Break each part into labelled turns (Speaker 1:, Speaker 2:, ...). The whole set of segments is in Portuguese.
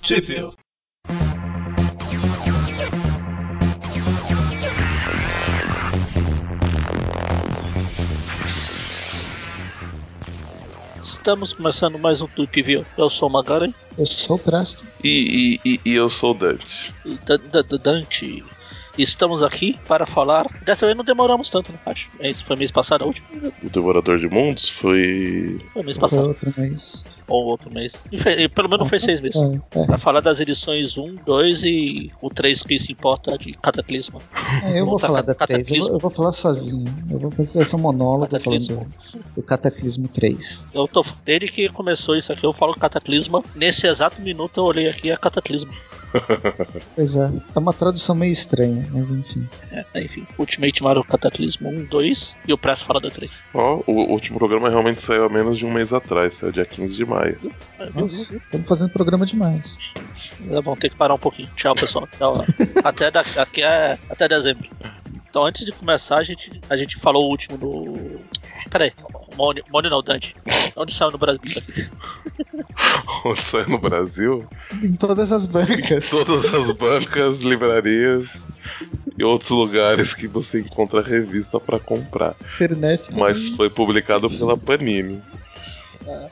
Speaker 1: Possível. Estamos começando mais um Tuque Viu. Eu sou o Magaren.
Speaker 2: Eu sou o Presto.
Speaker 3: E, e, e, e eu sou o Dante.
Speaker 1: D -d -d Dante. Estamos aqui para falar. Dessa vez não demoramos tanto, né? Acho. É isso, foi mês passado a última.
Speaker 3: O Devorador de Mundos foi.
Speaker 1: Foi mês
Speaker 2: Foi
Speaker 1: passado.
Speaker 2: outro mês.
Speaker 1: Ou outro mês. E fe- e pelo menos foi seis meses.
Speaker 2: É,
Speaker 1: Pra falar das edições 1, 2 e o 3 que se importa de Cataclisma.
Speaker 2: é. É, eu vou
Speaker 1: Conta
Speaker 2: falar da
Speaker 1: cata-
Speaker 2: 3. Eu, vou- eu vou falar sozinho. Eu vou fazer esse monólogo
Speaker 1: Cataclismo.
Speaker 2: falando do Cataclismo 3.
Speaker 1: Eu tô, desde que começou isso aqui, eu falo Cataclisma. Nesse exato minuto eu olhei aqui é Cataclisma.
Speaker 2: Pois é, é uma tradução meio estranha, mas enfim.
Speaker 1: É, enfim, Ultimate Mario Cataclismo 1, 2 e o Preço fala do 3.
Speaker 3: Ó, o, o último programa realmente saiu há menos de um mês atrás, saiu dia 15 de maio.
Speaker 1: Uhum.
Speaker 2: Nossa, estamos fazendo programa demais.
Speaker 1: É bom ter que parar um pouquinho. Tchau, pessoal. Tchau. até daqui, aqui é até dezembro. Então, antes de começar, a gente, a gente falou o último do. Peraí, Mone, Mone não, Dante. Onde saiu no Brasil?
Speaker 3: Onde saiu no Brasil?
Speaker 2: Em todas as bancas.
Speaker 3: Todas as bancas, livrarias e outros lugares que você encontra revista pra comprar.
Speaker 2: Internet
Speaker 3: Mas foi publicado pela Panini.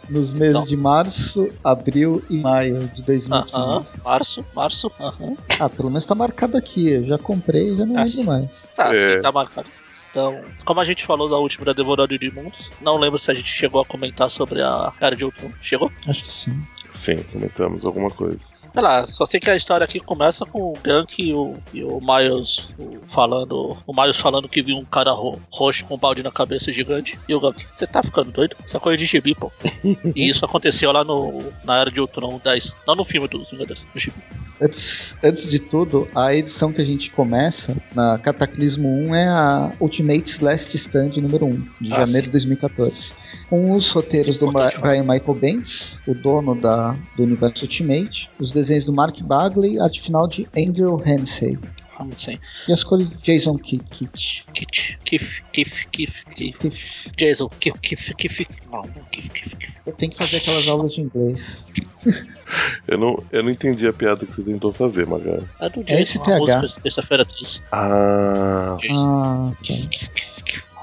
Speaker 2: nos meses
Speaker 1: Não.
Speaker 2: de março, abril e maio de 2015.
Speaker 1: Aham, Ah, março, março, aham.
Speaker 2: Ah, pelo menos tá marcado aqui. Eu já comprei e já não
Speaker 1: Ah,
Speaker 2: lembro mais.
Speaker 1: Tá,
Speaker 3: É.
Speaker 1: sim, tá marcado. Então, como a gente falou da última da Devorado de Mundos, não lembro se a gente chegou a comentar sobre a Cara de Outono. Chegou?
Speaker 2: Acho que sim.
Speaker 3: Sim, comentamos alguma coisa.
Speaker 1: Sei lá, só sei que a história aqui começa com o Gank e o, e o Miles o- falando. O Miles falando que viu um cara ro- roxo com um balde na cabeça gigante. E o Gank, você tá ficando doido? Isso é coisa de gibi, pô. e isso aconteceu lá no, na Era de Ultron 10. Não no filme dos Vingadores, no gibi.
Speaker 2: Antes, antes de tudo, a edição que a gente começa na Cataclismo 1 é a Ultimates Last Stand número 1, de
Speaker 1: Ah,
Speaker 2: janeiro de 2014. Com os roteiros do Ma-
Speaker 1: Importante falar.
Speaker 2: Brian Michael Bendis, o dono da, do universo Ultimate, os desenhos do Mark Bagley, arte final de Andrew Hensey
Speaker 1: Vamos sem.
Speaker 2: e as cores de Jason Ki- Kitt.
Speaker 1: Kit, Kif, Kif, Kif, Kif.
Speaker 2: Kiff.
Speaker 1: Jason, Kif, Kif, Kif. Não, não, Kif, Kif, Kif.
Speaker 2: Eu tenho que fazer aquelas aulas de inglês.
Speaker 3: Eu não, eu não entendi a piada que você tentou fazer, Magari.
Speaker 1: É do Jason,
Speaker 2: STH.
Speaker 1: uma música de sexta-feira 13.
Speaker 3: Ah,
Speaker 1: Jason.
Speaker 2: Ah, tá.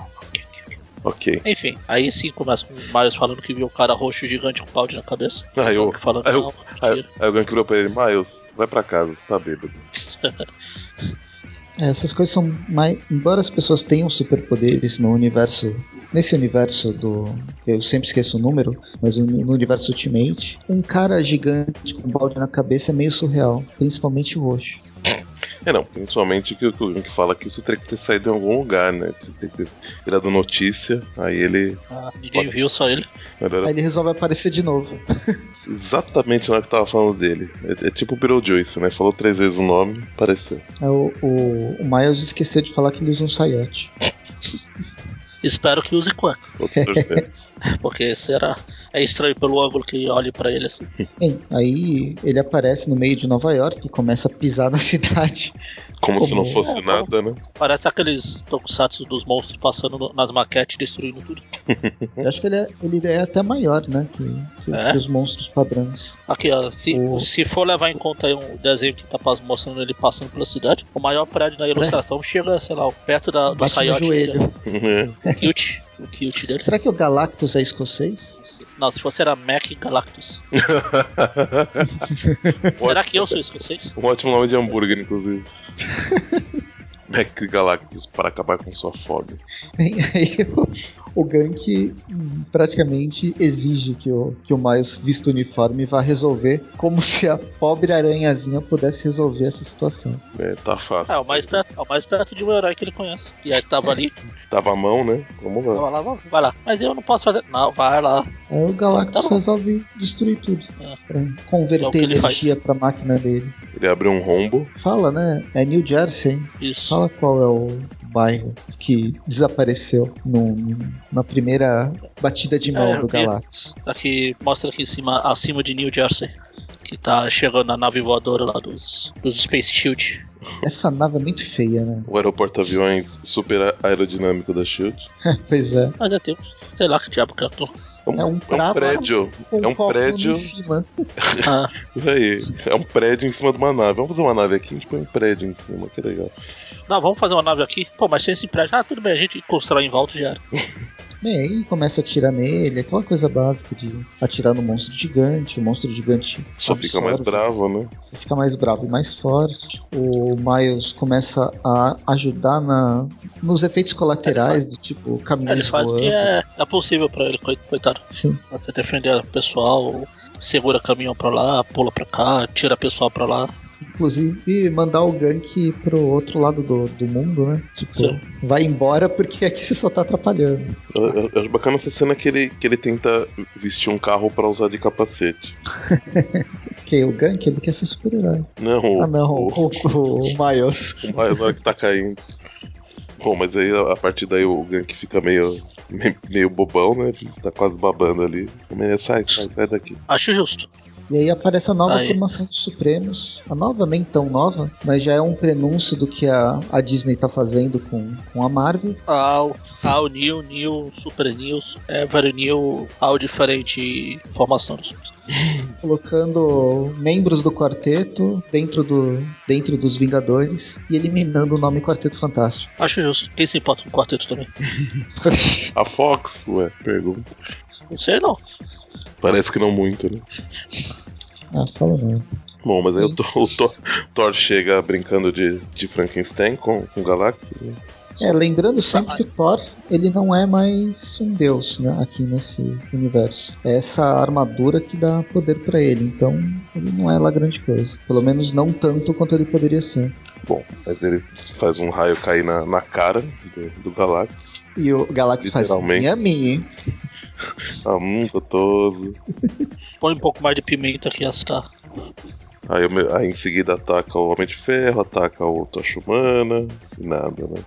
Speaker 3: ok.
Speaker 1: Enfim, aí sim começa com o Miles falando que viu um cara roxo gigante com balde na cabeça.
Speaker 3: Aí eu,
Speaker 1: Falando,
Speaker 3: aí eu,
Speaker 1: não,
Speaker 3: Aí,
Speaker 1: mentira.
Speaker 3: aí o Gank virou pra ele, Miles, vai pra casa, você tá bêbado.
Speaker 2: É, Essas coisas são mais. Embora as pessoas tenham superpoderes no universo. Nesse universo do. Eu sempre esqueço o número, mas no no universo Ultimate, um cara gigante com um balde na cabeça é meio surreal, principalmente o roxo.
Speaker 3: É não, principalmente que o que o Gank fala que isso teria que ter saído em algum lugar, né? Teria que ter virado notícia, aí ele.
Speaker 1: Ah, ninguém viu, só ele.
Speaker 3: ele era
Speaker 2: Aí ele resolve aparecer de novo.
Speaker 3: exatamente na hora que tava falando dele. É, é tipo o Beetlejuice, né? Falou três vezes o nome, apareceu.
Speaker 2: É, o, o, o Miles esqueceu de falar que ele usa um saiote.
Speaker 1: Espero que use cueca,
Speaker 3: Outros torcedores.
Speaker 1: porque será. É estranho pelo ângulo que olhe pra ele assim.
Speaker 2: Bem, aí ele aparece no meio de Nova York e começa a pisar na cidade.
Speaker 3: Como se não
Speaker 2: Como-
Speaker 3: fosse nada, né?
Speaker 1: Parece aqueles tokusatsu dos monstros passando no- nas maquetes, destruindo tudo.
Speaker 2: Eu acho que ele é, ele é até maior, né? Que, que-
Speaker 1: É?
Speaker 2: que os monstros padrões.
Speaker 1: Aqui, ó, se,
Speaker 2: O-
Speaker 1: se for levar em conta aí um desenho que tá pas- mostrando ele passando pela cidade, o maior prédio na ilustração chega, sei lá, perto da, do
Speaker 2: Bate no
Speaker 1: saiote. é.
Speaker 2: joelho.
Speaker 3: É,
Speaker 1: O cute, o cute dele.
Speaker 2: Será que o Galactus é escocês?
Speaker 1: Não, se fosse era Mac Galactus. Será que eu sou escocês?
Speaker 3: Um ótimo nome de hambúrguer, inclusive. Mac Galactus, para acabar com sua fome.
Speaker 2: Bem, aí o, o Gank hum, praticamente exige que o, que o Miles vista o uniforme e vá resolver como se a pobre aranhazinha pudesse resolver essa situação.
Speaker 3: É, tá fácil.
Speaker 1: É, o mais perto, é o mais perto de um herói que ele conhece. E aí tava ali,
Speaker 3: Tava a mão, né? Vamos lá.
Speaker 1: tava lá, vamos, vai lá. Mas eu não posso fazer. Não, vai lá.
Speaker 2: Aí É, o Galactus
Speaker 1: Tá bom.
Speaker 2: resolve destruir tudo.
Speaker 1: É.
Speaker 2: É, Converter
Speaker 1: É o que ele
Speaker 2: energia pra máquina dele.
Speaker 3: Ele abriu um rombo.
Speaker 2: Fala, né? É New Jersey. hein?
Speaker 1: Isso.
Speaker 2: Fala qual é o bairro que desapareceu num- na primeira batida de mão
Speaker 1: É,
Speaker 2: do
Speaker 1: eu vi.
Speaker 2: Galactus.
Speaker 1: Aqui mostra aqui em cima, acima de New Jersey. Que tá chegando a nave voadora lá dos, dos Space Shield.
Speaker 2: Essa nave é muito feia, né?
Speaker 3: O aeroporto-aviões super aerodinâmico da Shield.
Speaker 2: pois é.
Speaker 1: Mas é tempo. Sei lá que diabo que é aquilo.
Speaker 3: um, é um,
Speaker 2: prato
Speaker 3: prédio.
Speaker 2: com
Speaker 3: É um
Speaker 2: copo
Speaker 3: prédio.
Speaker 2: em cima.
Speaker 1: Ah,
Speaker 3: Por aí. É um prédio em cima de uma nave. Vamos fazer uma nave aqui, a gente põe um prédio em cima, que legal.
Speaker 1: não, vamos fazer uma nave aqui. Pô, mas sem esse prédio. Ah, tudo bem, a gente constrói em volta e já. era.
Speaker 2: Bem, aí começa a atirar nele, aquela coisa básica de atirar no monstro gigante, o monstro gigante
Speaker 3: Só fica mais
Speaker 2: absorve,
Speaker 3: bravo, né?
Speaker 2: Você fica mais bravo e mais forte. O Miles começa a ajudar na, nos efeitos colaterais do tipo
Speaker 1: Ele
Speaker 2: caminhões
Speaker 1: faz o que
Speaker 2: voando.
Speaker 1: é, é possível pra ele, coi- coitado.
Speaker 2: Sim.
Speaker 1: Você defender o pessoal, segura caminhão pra lá, pula pra cá, tira pessoal pra lá.
Speaker 2: Inclusive mandar o gank pro outro lado do, do mundo, né? Tipo,
Speaker 1: Sim.
Speaker 2: vai embora porque aqui você só tá atrapalhando.
Speaker 3: Eu- eu- Acho bacana essa cena que ele, que ele tenta vestir um carro pra usar de capacete.
Speaker 2: Porque o gank ele quer ser super-herói.
Speaker 3: Não, o-
Speaker 2: Ah não, o,
Speaker 3: o,
Speaker 2: o- o Miles.
Speaker 3: o Miles na hora que tá caindo. Bom, mas aí a a partir daí o Gank fica meio, me- meio bobão, né? Tá quase babando ali. O menino sai, sai, sai daqui.
Speaker 1: Acho justo.
Speaker 2: E aí aparece a nova
Speaker 1: Aí.
Speaker 2: formação dos Supremos. A nova nem tão nova, mas já é um prenúncio do que a, a Disney tá fazendo com, com a Marvel.
Speaker 1: Ao, ao New, New, Super New, Ever New, ao diferente formação dos
Speaker 2: colocando membros do quarteto dentro, do, dentro dos Vingadores e eliminando o nome Quarteto Fantástico.
Speaker 1: Acho justo. Quem se importa com o quarteto também?
Speaker 3: A Fox, ué, pergunta.
Speaker 1: Não sei não.
Speaker 3: Parece que não muito, né?
Speaker 2: ah, fala não.
Speaker 3: Bom, mas aí o, Thor- o Thor, Thor chega brincando de, de Frankenstein com, com Galactus, né?
Speaker 2: É, lembrando sempre que o Thor, ele não é mais um deus, né, aqui nesse universo. É essa armadura que dá poder pra ele, então ele não é lá grande coisa. Pelo menos não tanto quanto ele poderia ser.
Speaker 3: Bom, mas ele faz um raio cair na, na cara do, do Galactus.
Speaker 2: E o Galactus faz
Speaker 3: Literalmente.
Speaker 2: minha minha, hein?
Speaker 3: Ah, hum, gostoso.
Speaker 1: Põe um pouco mais de pimenta aqui, essa.
Speaker 3: Aí, o me- aí em seguida ataca o Homem de Ferro, ataca o Tocha Humana, e nada, né?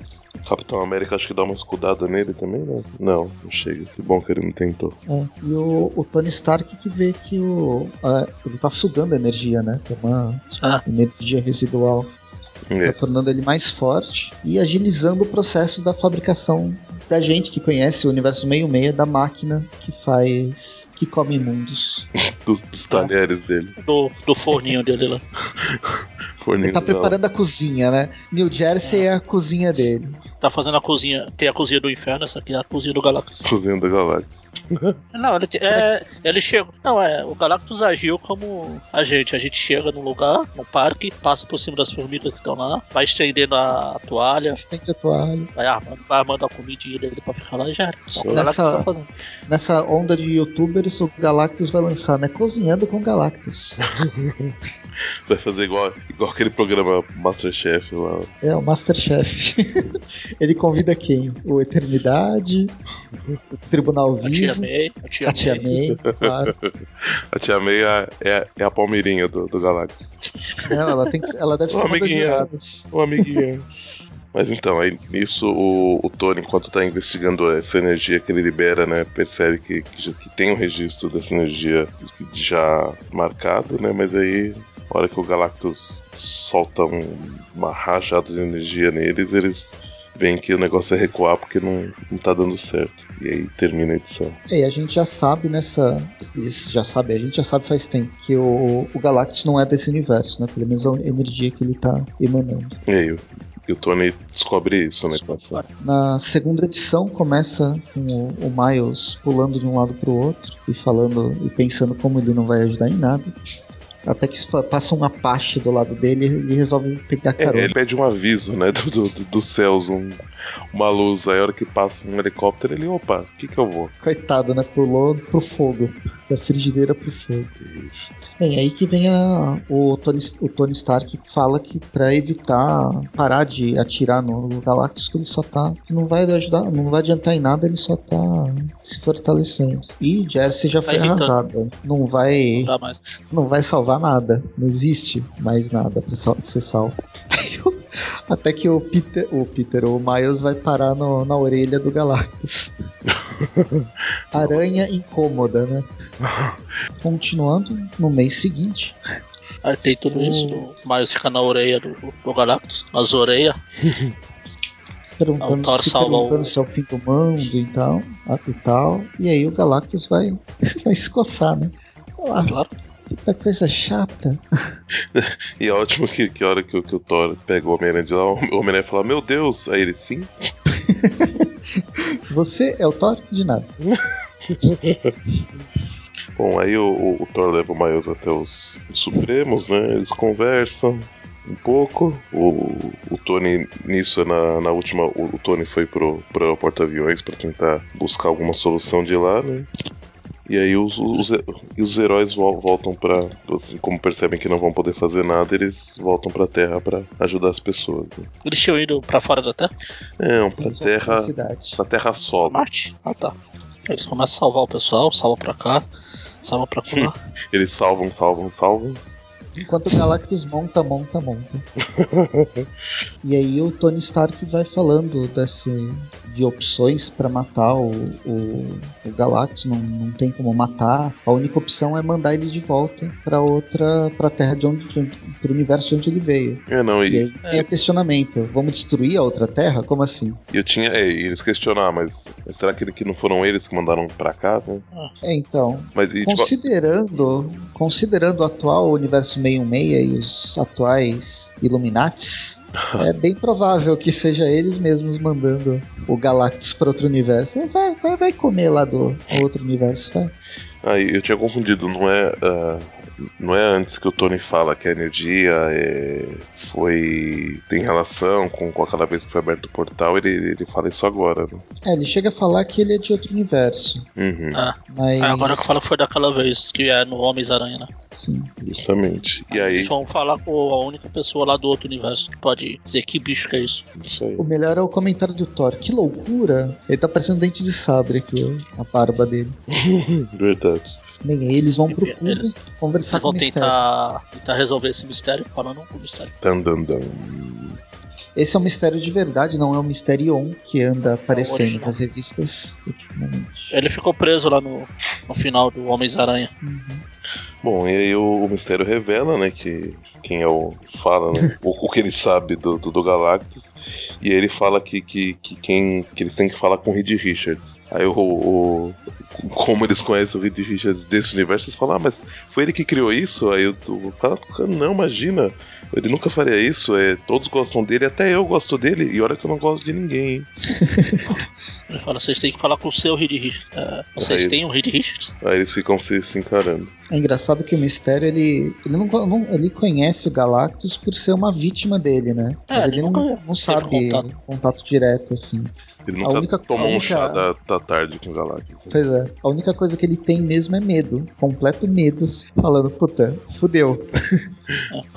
Speaker 3: Capitão América acho que dá uma escudada nele também, né? Não, não chega. Que bom que ele não tentou.
Speaker 2: É, e o, o Tony Stark que vê que o. ah, ele tá sugando a energia, né? Tem uma
Speaker 1: Ah,
Speaker 2: energia residual.
Speaker 3: É,
Speaker 2: Tá tornando ele mais forte e agilizando o processo da fabricação da gente que conhece o universo meio-meia da máquina que faz. que come mundos.
Speaker 3: dos, dos
Speaker 2: Tá.
Speaker 3: talheres dele.
Speaker 1: do, do forninho dele lá.
Speaker 3: Forninho
Speaker 2: Ele tá
Speaker 3: dela.
Speaker 2: preparando a cozinha, né? New Jersey é a cozinha dele.
Speaker 1: Tá fazendo a cozinha. Tem a cozinha do inferno, essa aqui é a cozinha do Galactus.
Speaker 3: Cozinha da Galáxia.
Speaker 1: Não, ele, te- é, ele chegou. Não, é. O Galactus agiu como a gente. A gente chega num lugar, num parque, passa por cima das formigas que estão lá, vai estendendo a, a toalha,
Speaker 2: Bastante atualho.
Speaker 1: vai armando, vai armando a comidinha dele pra ficar lá e já era. Só que o Galactus
Speaker 2: Nessa-
Speaker 1: tá fazendo.
Speaker 2: Nessa onda de youtubers, o Galactus vai lançar, né? Cozinhando com Galactus.
Speaker 3: Vai fazer igual, igual aquele programa Masterchef lá.
Speaker 2: É o Masterchef. Ele convida quem? O Eternidade, o Tribunal
Speaker 1: A tia
Speaker 2: Vivo,
Speaker 1: May, a tia,
Speaker 2: a Tia
Speaker 1: May.
Speaker 2: May, claro.
Speaker 3: A Tia May é, é, é a palmeirinha do, do Galáxia.
Speaker 2: Não, ela, tem que- ela deve
Speaker 3: Ô,
Speaker 2: ser uma das
Speaker 3: amiguinha.
Speaker 2: juradas.
Speaker 3: Ô, amiguinha. Mas então, aí nisso o, o Tony, enquanto tá investigando essa energia que ele libera, né, percebe que, que, já- que tem um registro dessa energia que já marcado, né, mas aí, na hora que o Galactus solta um- uma rajada de energia neles, eles veem que o negócio é recuar porque não, não tá dando certo. E aí termina a edição.
Speaker 2: É, e a gente já sabe nessa. Eles já sabem, a gente já sabe faz tempo que o, o Galactus não é desse universo, né? Pelo menos a energia que ele tá emanando.
Speaker 3: E aí o, e o Tony descobre isso, né, que tá sendo-
Speaker 2: Na segunda edição começa com o, o Miles pulando de um lado pro outro e falando e pensando como ele não vai ajudar em nada. Até que fa- passa um Apache do lado dele e ele resolve pegar
Speaker 3: É,
Speaker 2: carona.
Speaker 3: ele pede um aviso, né, do, do, do- dos céus, um- uma luz. Aí a hora que passa um helicóptero, ele, opa, o que que eu vou?
Speaker 2: Coitado, né? Pulou pro fogo. Da frigideira pro fogo. Bem, É, aí que vem a- o, Tony, o Tony Stark que fala que pra evitar parar de atirar no Galactus, que ele só tá. que não vai ajudar, não vai adiantar em nada, ele só tá se fortalecendo. E Jersey já
Speaker 1: Tá
Speaker 2: foi
Speaker 1: evitando.
Speaker 2: arrasada. Não vai.
Speaker 1: Não dá mais.
Speaker 2: Não vai salvar nada. Não existe mais nada pra sal- ser salvo. Aí o- Até que o Peter, o Peter, o Miles vai parar no- na orelha do Galactus. Aranha incômoda, né? Continuando, no mês seguinte,
Speaker 1: Aí tem tudo isso. O Miles fica na orelha do, do Galactus, nas orelhas.
Speaker 2: perguntando,
Speaker 1: O Thor
Speaker 2: se
Speaker 1: salva o-
Speaker 2: perguntando se é o fim do mundo e tal, a- e tal. E aí o Galactus vai, vai se coçar, né? Falar,
Speaker 1: Claro.
Speaker 2: puta coisa chata.
Speaker 3: E é ótimo que, que a hora que, o- que o Thor pega o Homem-Aranha de lá, o Homem-Aranha fala, meu Deus, aí ele sim.
Speaker 2: Você é o Thor? De nada.
Speaker 3: Bom, aí o, o- o Thor leva o Miles até os Supremos, né? Eles conversam um pouco. O, o Tony, nisso, na, na última, o, o Tony foi pro, pro porta-aviões pra tentar buscar alguma solução de lá, né? E aí os, os, e os heróis vol- voltam pra. assim, como percebem que não vão poder fazer nada, eles voltam pra Terra pra ajudar as pessoas. Né?
Speaker 1: Eles tinham ido pra fora da Terra?
Speaker 3: Não, pra
Speaker 2: Eles vão pra
Speaker 3: Terra.
Speaker 2: cidade.
Speaker 3: Pra Terra
Speaker 1: Pra
Speaker 3: solo.
Speaker 1: Marte? Ah, tá. Eles começam a salvar o pessoal, salva pra cá, salva pra lá.
Speaker 3: Eles salvam, salvam, salvam.
Speaker 2: Enquanto o Galactus monta, monta, monta. e aí o Tony Stark vai falando desse, de opções pra matar o, o, o Galactus, não, não tem como matar. A única opção é mandar ele de volta pra outra, pra terra de onde, de onde- pro universo de onde ele veio.
Speaker 3: É, não,
Speaker 2: E
Speaker 3: e,
Speaker 2: aí tem o questionamento: vamos destruir a outra terra? Como assim?
Speaker 3: E eu tinha. É, e eles questionaram, ah, mas será que, que não foram eles que mandaram pra cá, né?
Speaker 2: É, então,
Speaker 3: Mas e, tipo,
Speaker 2: Considerando, considerando o atual universo 616 e os atuais Illuminates, é bem provável que seja eles mesmos mandando o Galactus para outro universo. É, Vai, vai, vai comer lá do outro universo. Vai.
Speaker 3: aí eu tinha confundido, não é. ah, não é antes que o Tony fala que a energia é, foi. tem relação com, com aquela vez que foi aberto o portal, ele, ele fala isso agora, né?
Speaker 2: É, ele chega a falar que ele é de outro universo,
Speaker 3: Uhum,
Speaker 1: Ah,
Speaker 2: mas
Speaker 1: é agora que fala que foi daquela vez, que é no Homens-Aranha, né?
Speaker 2: sim.
Speaker 3: justamente. E
Speaker 1: Eles
Speaker 3: aí,
Speaker 1: vão falar com a única pessoa lá do outro universo que pode dizer que bicho que é isso.
Speaker 3: isso aí.
Speaker 2: O melhor é o comentário do Thor. Que loucura! Ele tá parecendo dente de sabre aqui, ó, a barba dele.
Speaker 3: Verdade.
Speaker 2: Bem, aí eles vão pro
Speaker 1: Eles-
Speaker 2: cubo conversar
Speaker 1: Eles
Speaker 2: com
Speaker 1: vão
Speaker 2: o mistério.
Speaker 1: tentar, tentar resolver esse mistério falando com o mistério.
Speaker 3: Tandandam.
Speaker 2: Esse é um mistério de verdade, não é um misterion que anda aparecendo
Speaker 1: é um original.
Speaker 2: nas revistas ultimamente.
Speaker 1: Ele ficou preso lá no, no final do Homens-Aranha.
Speaker 3: Bom, e aí o, o mistério revela, né, que quem é o. fala, né, o, o que ele sabe do, do, do Galactus. E aí ele fala que, que, que quem. que eles têm que falar com o Reed Richards. Aí o. o- como eles conhecem o Reed Richards desse universo, eles falam, ah, mas foi ele que criou isso? Aí o o cara fala, não, imagina, ele nunca faria isso, é, todos gostam dele, até eu gosto dele, e olha que eu não gosto de ninguém, hein?
Speaker 1: Ele fala, vocês têm que falar com o seu Reed Richards. É, vocês
Speaker 3: isso.
Speaker 1: têm o Reed Richards?
Speaker 3: Aí eles ficam se, se encarando.
Speaker 2: É engraçado que o mistério ele, ele, não, não- ele conhece o Galactus por ser uma vítima dele, né?
Speaker 1: É,
Speaker 2: Mas
Speaker 1: ele
Speaker 2: ele, não,
Speaker 1: nunca
Speaker 2: não
Speaker 1: teve
Speaker 2: sabe
Speaker 1: contato.
Speaker 2: contato. direto, assim.
Speaker 3: Ele
Speaker 2: A
Speaker 3: nunca
Speaker 2: única-
Speaker 3: tomou
Speaker 2: a
Speaker 3: um
Speaker 2: única-
Speaker 3: chá da, da tarde com o Galactus. né?
Speaker 2: Pois é, a única coisa que ele tem mesmo é medo, completo medo, falando, puta, fudeu.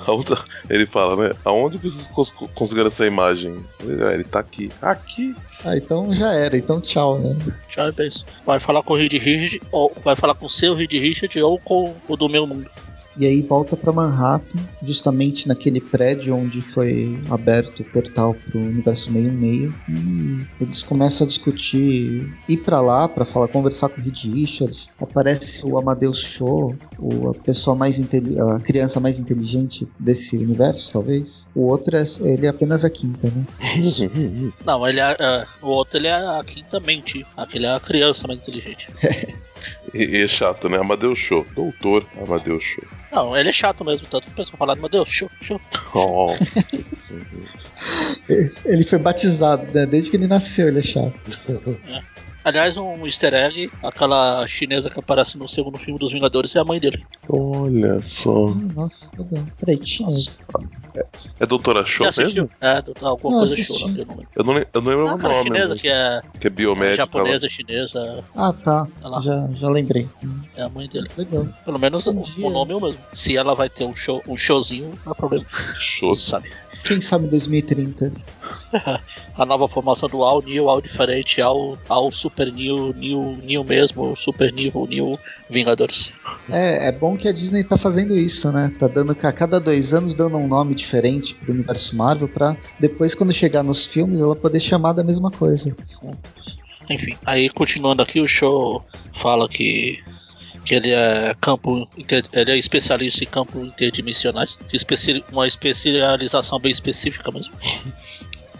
Speaker 3: Aonde- Ele fala, né? Aonde vocês cons- conseguiram essa imagem? Ele, ah, ele tá aqui. Aqui?
Speaker 2: Ah, então já era, então tchau, né?
Speaker 1: Tchau, é isso. Vai falar com o Reed Richards, ou vai falar com o seu Reed Richards ou com o do meu mundo.
Speaker 2: E aí volta pra Manhattan, justamente naquele prédio onde foi aberto o portal pro universo 66. E eles começam a discutir ir pra lá pra falar, conversar com o Reed Richards. Aparece o Amadeus Show, o, a pessoa mais inteli- a criança mais inteligente desse universo, talvez. O outro é ele é apenas a quinta, né?
Speaker 1: Não, ele é, é, o outro ele é a quinta mente. Aquele é a criança mais inteligente.
Speaker 3: E, e é chato, né? Amadeu Show. Doutor Amadeu Show.
Speaker 1: Não, ele é chato mesmo, tanto que o pessoal fala, meu Deus, show, show.
Speaker 3: Oh, sim.
Speaker 2: Ele foi batizado, né? Desde que ele nasceu, ele é chato.
Speaker 1: Aliás, um easter egg, aquela chinesa que aparece no segundo filme dos Vingadores é a mãe dele.
Speaker 3: Olha só.
Speaker 2: Ah, nossa, legal. Peraí, tinha isso.
Speaker 3: É Doutora Show mesmo?
Speaker 1: É, doutor, alguma
Speaker 2: Não,
Speaker 1: coisa
Speaker 2: assisti.
Speaker 1: show lá, que eu não lembro.
Speaker 3: Eu não, le- eu não lembro
Speaker 1: Ah,
Speaker 3: o
Speaker 1: cara,
Speaker 3: nome.
Speaker 1: chinesa
Speaker 3: mas-
Speaker 1: que é
Speaker 3: que é biomédica.
Speaker 1: japonesa, chinesa,
Speaker 2: Ah, tá.
Speaker 1: Ah lá.
Speaker 2: Já, já lembrei. Hum,
Speaker 1: é a mãe dele.
Speaker 2: Legal.
Speaker 1: Pelo menos o,
Speaker 2: Entendi.
Speaker 1: o nome é o mesmo. Se ela vai ter um, show, um showzinho, não é problema,
Speaker 3: ela- Show.
Speaker 1: sabe?
Speaker 2: Quem sabe 2030?
Speaker 1: A nova formação do All, New, All diferente, All, All Super New, New, New mesmo, Super New, New Vingadores.
Speaker 2: É, é bom que a Disney tá fazendo isso, né? Tá dando a cada dois anos dando um nome diferente pro universo Marvel pra depois quando chegar nos filmes ela poder chamar da mesma coisa.
Speaker 1: Enfim, aí continuando aqui, o show fala que, que ele é campo inter- ele é especialista em campos interdimensionais, que especi- uma especialização bem específica mesmo.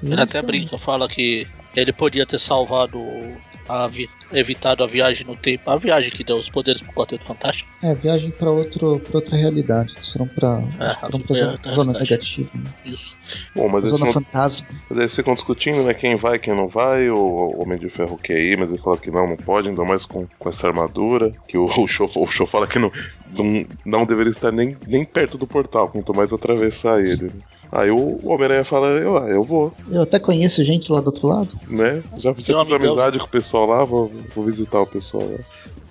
Speaker 1: Ele até
Speaker 2: tá
Speaker 1: brinca, fala que ele podia ter salvado a vi- evitado a viagem no tempo, a viagem que deu os poderes pro Quarteto Fantástico.
Speaker 2: É, viagem pra, outro, pra outra realidade. Eles foram pra,
Speaker 1: É,
Speaker 2: foram pra
Speaker 1: é,
Speaker 2: zona,
Speaker 1: é,
Speaker 2: zona
Speaker 1: é,
Speaker 2: negativa, né?
Speaker 1: Isso.
Speaker 3: Bom, mas eles,
Speaker 2: zona
Speaker 3: não,
Speaker 2: fantasma.
Speaker 3: mas eles ficam discutindo, né? Quem vai, quem não vai. O, o Homem de Ferro quer ir, mas ele fala que não, não pode, ainda mais com, com essa armadura. Que o, o, show, o show fala que não, não, não deveria estar nem, nem perto do portal, quanto mais atravessar ele. né. Aí o, o Homem-Aranha fala: eu, ah, eu vou,
Speaker 2: Eu até conheço gente lá do outro lado.
Speaker 3: né? Já, já fiz
Speaker 1: Tem um amigão.
Speaker 3: amizade com o pessoal lá, vou, vou visitar o pessoal lá.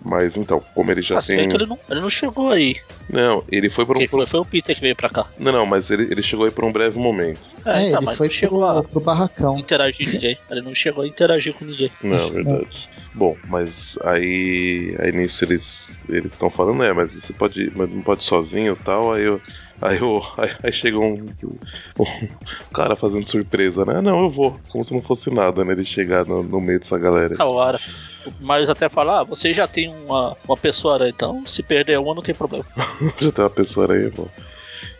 Speaker 3: Mas então, como ele já
Speaker 1: Ah, se
Speaker 3: tem.
Speaker 1: bem que ele não, ele não chegou aí.
Speaker 3: Não, ele foi por um.
Speaker 1: Quem
Speaker 3: por
Speaker 1: foi,
Speaker 3: um-
Speaker 1: foi o Peter que veio pra cá.
Speaker 3: Não, não, mas ele, ele chegou aí por um breve momento.
Speaker 1: É, tá,
Speaker 2: ele
Speaker 1: mas
Speaker 2: foi
Speaker 1: não chegou a
Speaker 2: pro, pro barracão.
Speaker 1: interagir com ninguém. Ele não chegou a interagir com ninguém.
Speaker 3: Não, é verdade. Bom, mas aí, aí nisso eles eles estão falando, é, mas você pode, ir, mas não pode ir sozinho e tal, aí eu, aí, eu, aí, aí chega um, um cara fazendo surpresa, né? "Ah, Não, eu vou, como se não fosse nada, né? Ele chegar no, no meio dessa galera.
Speaker 1: Na hora. Mas até falar, ah, você já tem uma, uma pessoa aranha, então se perder uma não tem problema.
Speaker 3: Já tem uma pessoa aí, bom.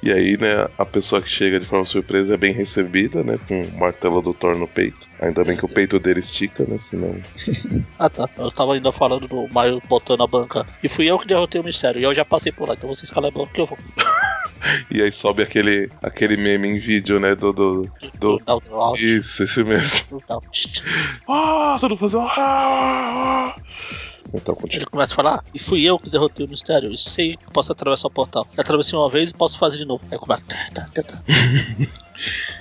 Speaker 3: E aí, né, a pessoa que chega de forma surpresa é bem recebida, né? Com o martelo do Thor no peito. Ainda bem que o peito dele estica, né? Senão
Speaker 1: Ah tá, eu tava ainda falando do Maio botando a banca. E fui eu que derrotei o mistério, e eu já passei por lá, então vocês calam a boca que eu vou.
Speaker 3: E aí sobe aquele, aquele meme em vídeo, né? Do. do, do-
Speaker 1: Dá o- dá o-
Speaker 3: Isso, esse mesmo.
Speaker 1: dá o-
Speaker 3: Ah, todo mundo fazendo. Ah! Então
Speaker 1: Ele
Speaker 3: continua.
Speaker 1: começa a falar, "Ah, e fui eu que derrotei o mistério, e sei que posso atravessar o portal. Eu atravessei uma vez e posso fazer de novo. Aí começa. Tá, tá, tá, tá.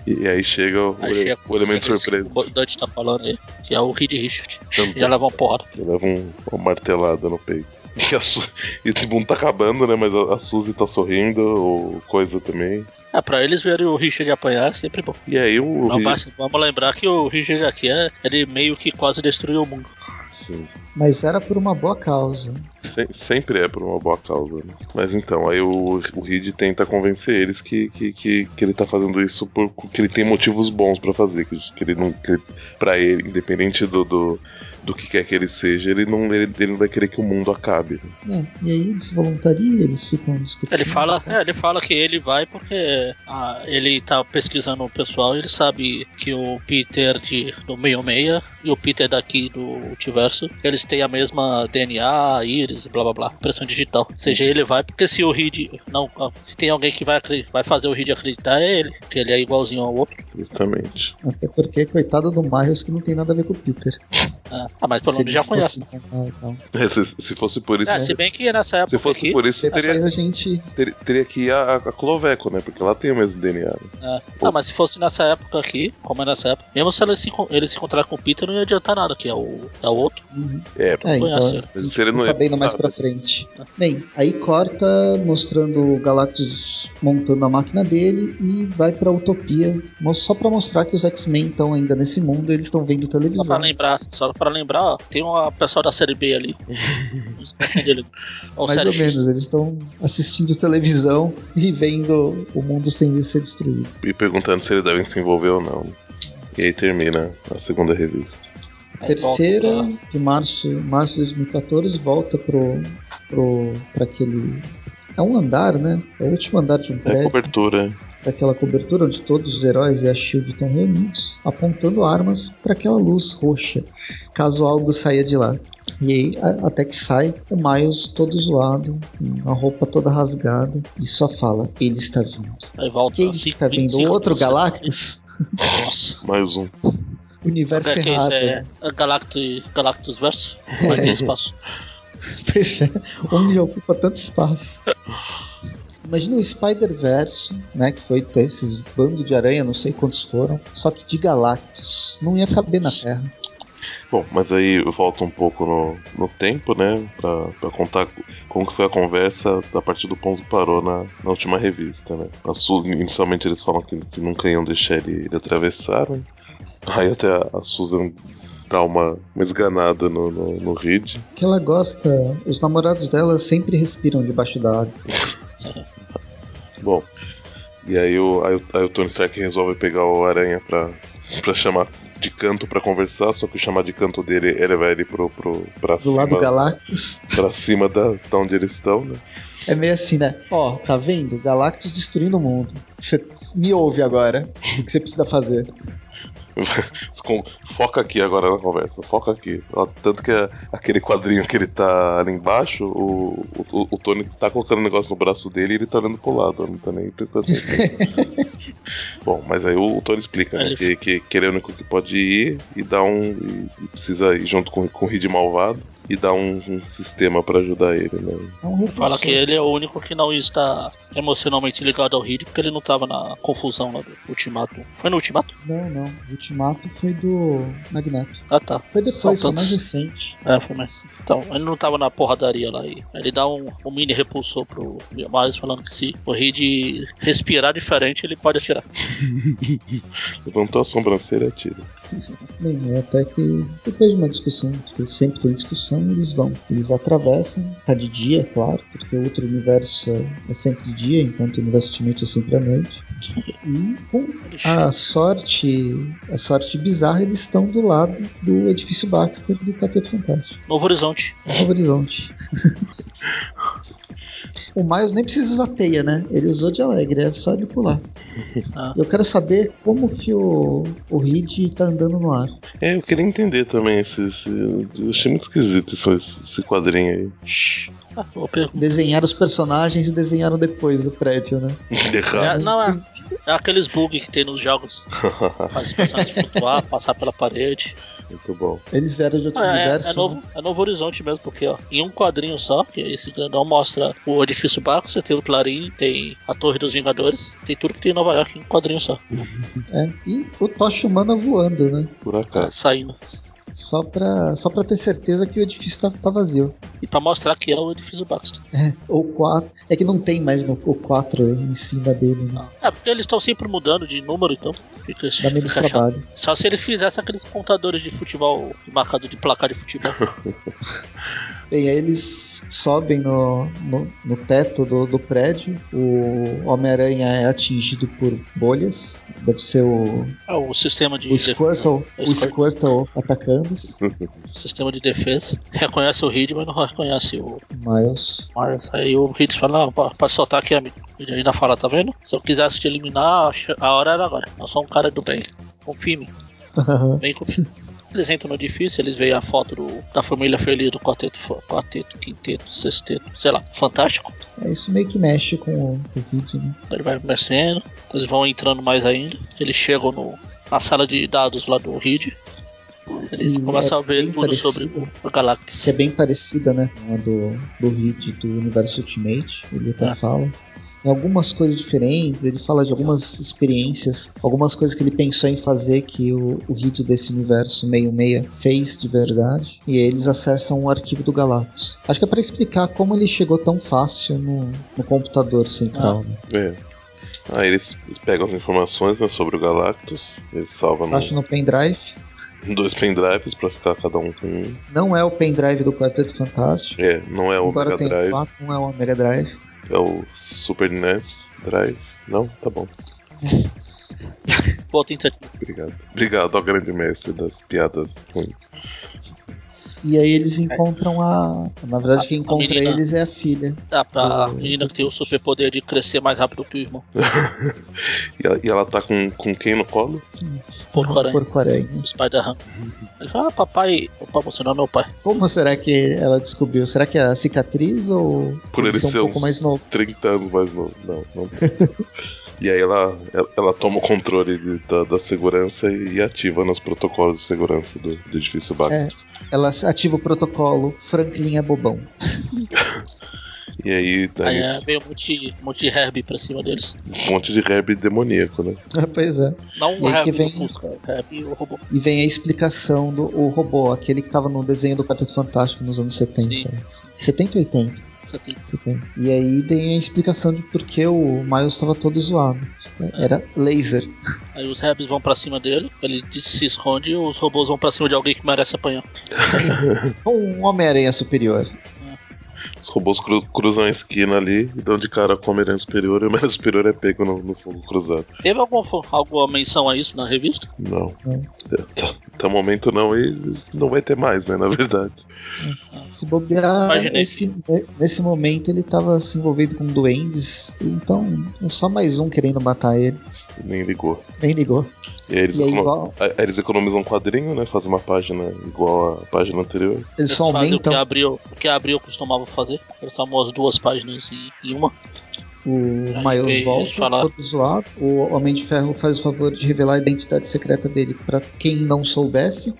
Speaker 3: E aí chega o,
Speaker 1: Aí
Speaker 3: ele-
Speaker 1: chega-
Speaker 3: o elemento
Speaker 1: chega esse
Speaker 3: surpresa.
Speaker 1: que O Dante tá falando aí, que é o Reed Richard.
Speaker 3: Também.
Speaker 1: Já leva uma porrada.
Speaker 3: Que leva um, uma martelada no peito. E, a Su... e o mundo tá acabando, né? Mas a, a Suzy tá sorrindo, o coisa também.
Speaker 1: É, pra eles verem o Richard apanhar é sempre bom.
Speaker 3: E aí o.
Speaker 1: Não
Speaker 3: Ri-
Speaker 1: basta, vamos lembrar que o Richard aqui é, ele meio que quase destruiu o mundo.
Speaker 3: Sim.
Speaker 2: Mas era por uma boa causa.
Speaker 3: Se- sempre é por uma boa causa. né? Mas então, aí o, o Reed tenta convencer eles que, que, que, que ele tá fazendo isso por que ele tem motivos bons pra fazer, que, que ele não que ele- pra ele, independente do, do, do que quer que ele seja, ele não ele, ele não vai querer que o mundo acabe. né?
Speaker 2: É, e aí ele se voluntaria, eles ficam discutindo.
Speaker 1: Ele fala, é, ele fala que ele vai porque ah, ele tá pesquisando o pessoal, ele sabe que o Peter de, do 66 e o Peter daqui do multiverso, eles têm a mesma DNA, íris, blá blá blá, impressão digital. Ou seja, ele vai porque se o Reed não, ah, se tem alguém que vai, acre- vai fazer o Reed acreditar é ele, que ele é igualzinho ao outro.
Speaker 3: Justamente.
Speaker 2: Até porque, coitado do Miles, que não tem nada a ver com o Peter.
Speaker 1: Ah, ah, mas pelo
Speaker 2: Se
Speaker 1: menos
Speaker 2: ele
Speaker 1: já conhece.
Speaker 2: fosse então. encontrar e tal.
Speaker 3: É, se, se fosse por isso.
Speaker 1: É, se bem que nessa época
Speaker 3: se fosse
Speaker 1: aqui,
Speaker 3: por isso, teria,
Speaker 2: Depois a gente.
Speaker 3: ter- teria que ir a, a Cloveco, né? Porque ela tem o mesmo DNA. né?
Speaker 1: É. Ah, mas se fosse nessa época aqui, como é nessa época, mesmo se ele se, encon- ele se encontrar com o Peter, não ia adiantar nada, que é o, é o outro.
Speaker 2: Uhum.
Speaker 3: É,
Speaker 2: É, então.
Speaker 1: Conhece, né?
Speaker 2: a
Speaker 3: Mas
Speaker 2: gente
Speaker 3: se ele não- é
Speaker 2: fica sabendo mais
Speaker 3: sabe.
Speaker 2: pra frente. Bem, aí corta mostrando o Galactus montando a máquina dele e vai pra Utopia. mo- Só pra mostrar que os X-Men estão ainda nesse mundo, eles estão vendo
Speaker 1: Só pra
Speaker 2: televisão.
Speaker 1: lembrar, só pra lembrar, ó, tem uma pessoa da série B ali. Não esquecem dele. Ou
Speaker 2: Mais
Speaker 1: série
Speaker 2: ou
Speaker 1: X.
Speaker 2: menos, eles estão assistindo televisão e vendo o mundo sem ser destruído.
Speaker 3: E perguntando se ele deve se envolver ou não. E aí termina a segunda revista.
Speaker 1: Aí
Speaker 2: Terceira
Speaker 1: volta
Speaker 2: de março, março de 2014, volta pro, pro pra aquele é um andar, né? É o último andar de um
Speaker 3: É
Speaker 2: prédio,
Speaker 3: cobertura.
Speaker 2: daquela cobertura onde todos os heróis e a Shield estão reunidos, apontando armas para aquela luz roxa, caso algo saia de lá. E aí, a- até que sai o Miles todo zoado, com a roupa toda rasgada, e só fala: Ele está vindo.
Speaker 1: pra- Aí volta.
Speaker 2: Quem
Speaker 1: cinco,
Speaker 2: está vindo?
Speaker 1: vinte e cinco,
Speaker 2: Outro
Speaker 1: vinte e
Speaker 2: Galactus?
Speaker 1: seis. Nossa.
Speaker 3: Mais um.
Speaker 2: Universo
Speaker 1: É, que
Speaker 2: errado. né?
Speaker 1: isso é é Galactus, Galactus Verso? Vai ter espaço.
Speaker 2: Pois é, onde já ocupa tanto espaço. Imagina o Spider-Verse, né? Que foi ter esses bandos de aranha, não sei quantos foram, só que de Galactus. Não ia caber na Terra.
Speaker 3: Bom, mas aí eu volto um pouco no, no tempo, né? Pra, pra contar como que foi a conversa a partir do ponto que parou na, na última revista, né? A Suzy, inicialmente eles falam que, que nunca iam deixar ele, ele atravessar, né? Aí até a, a Susan dá uma, uma esganada no, no, no Reed.
Speaker 2: Que ela gosta, os namorados dela sempre respiram debaixo da água.
Speaker 3: Bom, e aí o, aí, o- aí o Tony Stark resolve pegar o Aranha pra, pra chamar de canto pra conversar, só que o chamar de canto dele eleva ele pro, pro, pra
Speaker 2: Do lado
Speaker 3: cima.
Speaker 2: Galactus.
Speaker 3: pra cima da, da onde eles estão, né?
Speaker 2: É meio assim, né? Ó, tá vendo? Galactus destruindo o mundo. Você me ouve agora. O que você precisa fazer?
Speaker 3: Com- Foca aqui agora na conversa, foca aqui. Ó, Tanto que a- aquele quadrinho que ele tá ali embaixo, o, o, o Tony tá colocando um negócio no braço dele e ele tá olhando pro lado, não tá nem prestando atenção. Bom, mas aí o, o Tony explica, né?
Speaker 1: Ele-
Speaker 3: Que, que, que ele é o único que pode ir e dá um. E, e precisa ir junto com, com o Reed Malvado e dá um, um sistema pra ajudar ele, né?
Speaker 2: É um reforço.
Speaker 1: Fala que ele é o único que não está emocionalmente ligado ao Reed, porque ele não tava na confusão lá do Ultimato. Foi no Ultimato?
Speaker 2: Não, não. O ultimato foi do Magneto.
Speaker 1: Ah tá.
Speaker 2: Foi depois,
Speaker 1: São
Speaker 2: foi mais um
Speaker 1: tantos.
Speaker 2: recente.
Speaker 1: É, foi mais. Então, ele não tava na porradaria lá e ele dá um, um mini repulsor pro Miles falando que se o Reed respirar diferente, ele pode atirar.
Speaker 3: Levantou a sobrancelha e atira.
Speaker 2: Bem, eu até que depois de uma discussão, porque sempre tem discussão, eles vão. Eles atravessam, tá de dia, é claro, porque o outro universo é, é sempre de dia, enquanto o universo ultimate é sempre à noite. E com
Speaker 1: Ele
Speaker 2: a sorte, a sorte bizarra, eles estão do lado do edifício Baxter do Quarteto Fantástico,
Speaker 1: Novo Horizonte.
Speaker 2: ao horizonte. O Miles nem precisa usar teia, né? Ele usou de alegre, é só ele pular.
Speaker 1: Ah.
Speaker 2: Eu quero saber como que o, o Reed tá andando no ar.
Speaker 3: É, eu queria entender também esse. esse- eu achei muito esquisito esse, esse quadrinho aí.
Speaker 1: Ah, vou perguntar.
Speaker 2: desenharam os personagens e desenharam depois o prédio, né?
Speaker 1: É,
Speaker 3: Errado.
Speaker 1: não, é, é aqueles bugs que tem nos jogos. Faz os personagens flutuar, passar pela parede.
Speaker 3: muito bom.
Speaker 2: Eles vieram de outro
Speaker 1: Ah, é,
Speaker 2: universo. né?
Speaker 1: é novo, é novo horizonte mesmo, porque ó, em um quadrinho só, que esse grandão mostra o edifício barco, você tem o Clarim, tem a Torre dos Vingadores, tem tudo que tem em Nova York em um quadrinho só,
Speaker 2: né? É. E o Tocha Humana voando, né?
Speaker 3: Por acaso.
Speaker 1: saindo.
Speaker 2: Só pra, só pra ter certeza que o edifício tá, tá vazio.
Speaker 1: E pra mostrar que é o edifício Baxter.
Speaker 2: É, ou quatro. É que não tem mais no, o 4 em cima dele, né?
Speaker 1: É, porque eles estão sempre mudando de número, então fica,
Speaker 2: Dá
Speaker 1: fica
Speaker 2: menos
Speaker 1: chato.
Speaker 2: trabalho.
Speaker 1: Só se eles fizessem aqueles contadores de futebol, de marcado de placar de futebol.
Speaker 2: Bem, aí eles sobem no, no, no teto do, do prédio. O Homem-Aranha é atingido por bolhas. Deve ser o,
Speaker 1: É o sistema de,
Speaker 2: o
Speaker 1: de-
Speaker 2: Squirtle, o Squirtle atacando.
Speaker 1: sistema de defesa. Reconhece o Reed, mas não reconhece o,
Speaker 2: Miles
Speaker 1: Mas aí o Hits fala, não, pa- pode soltar aqui, amigo. Ele ainda fala, tá vendo? Se eu quisesse te eliminar, a che- a hora era agora. Eu sou um cara do bem. Confia em mim. Vem comigo. Eles entram no edifício, eles veem a foto do- da família feliz do quarteto, fo- quarteto, quinteto, sexteto, sei lá, fantástico.
Speaker 2: É, isso meio que mexe com o, com o Reed, né?
Speaker 1: Ele vai mexendo, eles vão entrando mais ainda. Eles chegam no- na sala de dados lá do Reed. Eles
Speaker 2: Hum,
Speaker 1: começam
Speaker 2: é
Speaker 1: a ver
Speaker 2: bem
Speaker 1: tudo
Speaker 2: parecido.
Speaker 1: sobre o- a Galactus.
Speaker 2: Que é bem parecida, né? Com a do, do Reed do Universo Ultimate. Ele até
Speaker 1: É.
Speaker 2: fala. Tem algumas coisas diferentes, ele fala de algumas experiências, algumas coisas que ele pensou em fazer que o, o Reed desse universo meio-meia fez de verdade. E aí eles acessam o arquivo do Galactus. Acho que é pra explicar como ele chegou tão fácil no, no computador central. né?
Speaker 3: É. Aí eles eles pegam as informações né, sobre o Galactus, eles salvam no-
Speaker 2: Acho no pendrive.
Speaker 3: em dois pendrives pra ficar cada um com um.
Speaker 2: Não é o pendrive do Quarteto Fantástico.
Speaker 3: É, não é o
Speaker 2: Embora
Speaker 3: Mega
Speaker 2: tenha
Speaker 3: Drive,
Speaker 2: quatro, não é o Mega Drive.
Speaker 3: é o Super NES Drive. Não? Tá bom.
Speaker 1: Volta em tanto-
Speaker 3: Obrigado. Obrigado ao grande mestre das piadas ruins.
Speaker 2: E aí eles encontram a. Na verdade,
Speaker 1: A-
Speaker 2: quem
Speaker 1: a
Speaker 2: encontra
Speaker 1: menina.
Speaker 2: eles é a filha.
Speaker 1: Ah, pra
Speaker 2: Hum.
Speaker 1: menina que tem o superpoder de crescer mais rápido que o irmão.
Speaker 3: E ela, e ela tá com, com quem no colo?
Speaker 1: Porco-aranha.
Speaker 2: Porco-aranha.
Speaker 1: O Spider-Man. Ele fala, ah, papai. Opa, você não é meu pai.
Speaker 2: Como será que ela descobriu? Será que é a cicatriz ou.
Speaker 3: Por ele
Speaker 2: ser
Speaker 3: ser
Speaker 2: um
Speaker 3: uns
Speaker 2: pouco mais novo?
Speaker 3: 30 anos mais novo. Não, não. e aí ela, ela, ela toma o controle de- da, da segurança e, e ativa nos protocolos de segurança do, do edifício
Speaker 2: É,
Speaker 3: Baxter.
Speaker 2: ela ativa o protocolo Franklin é bobão.
Speaker 3: E aí dá
Speaker 1: Aí é,
Speaker 3: esse
Speaker 1: veio um monte, de- um monte de Herbie pra cima deles.
Speaker 3: um monte de herb demoníaco, né?
Speaker 2: pois é.
Speaker 1: Não
Speaker 2: E
Speaker 1: o
Speaker 2: aí que
Speaker 1: Herbie
Speaker 2: vem-
Speaker 1: do Fusca, o Herbie o robô.
Speaker 2: E vem a explicação do o robô, aquele que tava no desenho do Quarteto Fantástico nos anos 70.
Speaker 1: Sim, sim.
Speaker 2: 70 e 80,
Speaker 1: Você tem
Speaker 2: 70. E aí tem a explicação de por que o Miles tava todo zoado. Era laser.
Speaker 1: Aí os Herbies vão pra cima dele, ele des- se esconde e os robôs vão pra cima de alguém que merece apanhar.
Speaker 2: Um Homem-Aranha superior.
Speaker 3: Os robôs cru- cruzam a esquina ali e dão de cara com o Homem-Aranha Superior e o Homem-Aranha Superior é pego no, no fogo cruzado.
Speaker 1: Teve algum, fo- alguma menção a isso na revista?
Speaker 3: Não.
Speaker 2: Não.
Speaker 3: Até, até o momento não, e não vai ter mais, né? Na verdade.
Speaker 2: Se bobear,
Speaker 1: Imaginei.
Speaker 2: esse, ne- nesse momento ele tava se envolvido com duendes, então é só mais um querendo matar ele.
Speaker 3: Nem ligou.
Speaker 2: Nem ligou.
Speaker 3: E aí eles,
Speaker 2: E aí,
Speaker 3: econo-
Speaker 2: igual-
Speaker 3: aí eles economizam um quadrinho, né? Fazem uma página igual à página anterior.
Speaker 2: Eles só
Speaker 1: fazem o que
Speaker 2: aumentam
Speaker 1: abriu, o que abriu costumava fazer. Eles tomam as duas páginas em, em uma.
Speaker 2: o Miles
Speaker 1: eles
Speaker 2: volta,
Speaker 1: falaram.
Speaker 2: todo zoado. O Homem de Ferro faz o favor de revelar a identidade secreta dele pra quem não soubesse.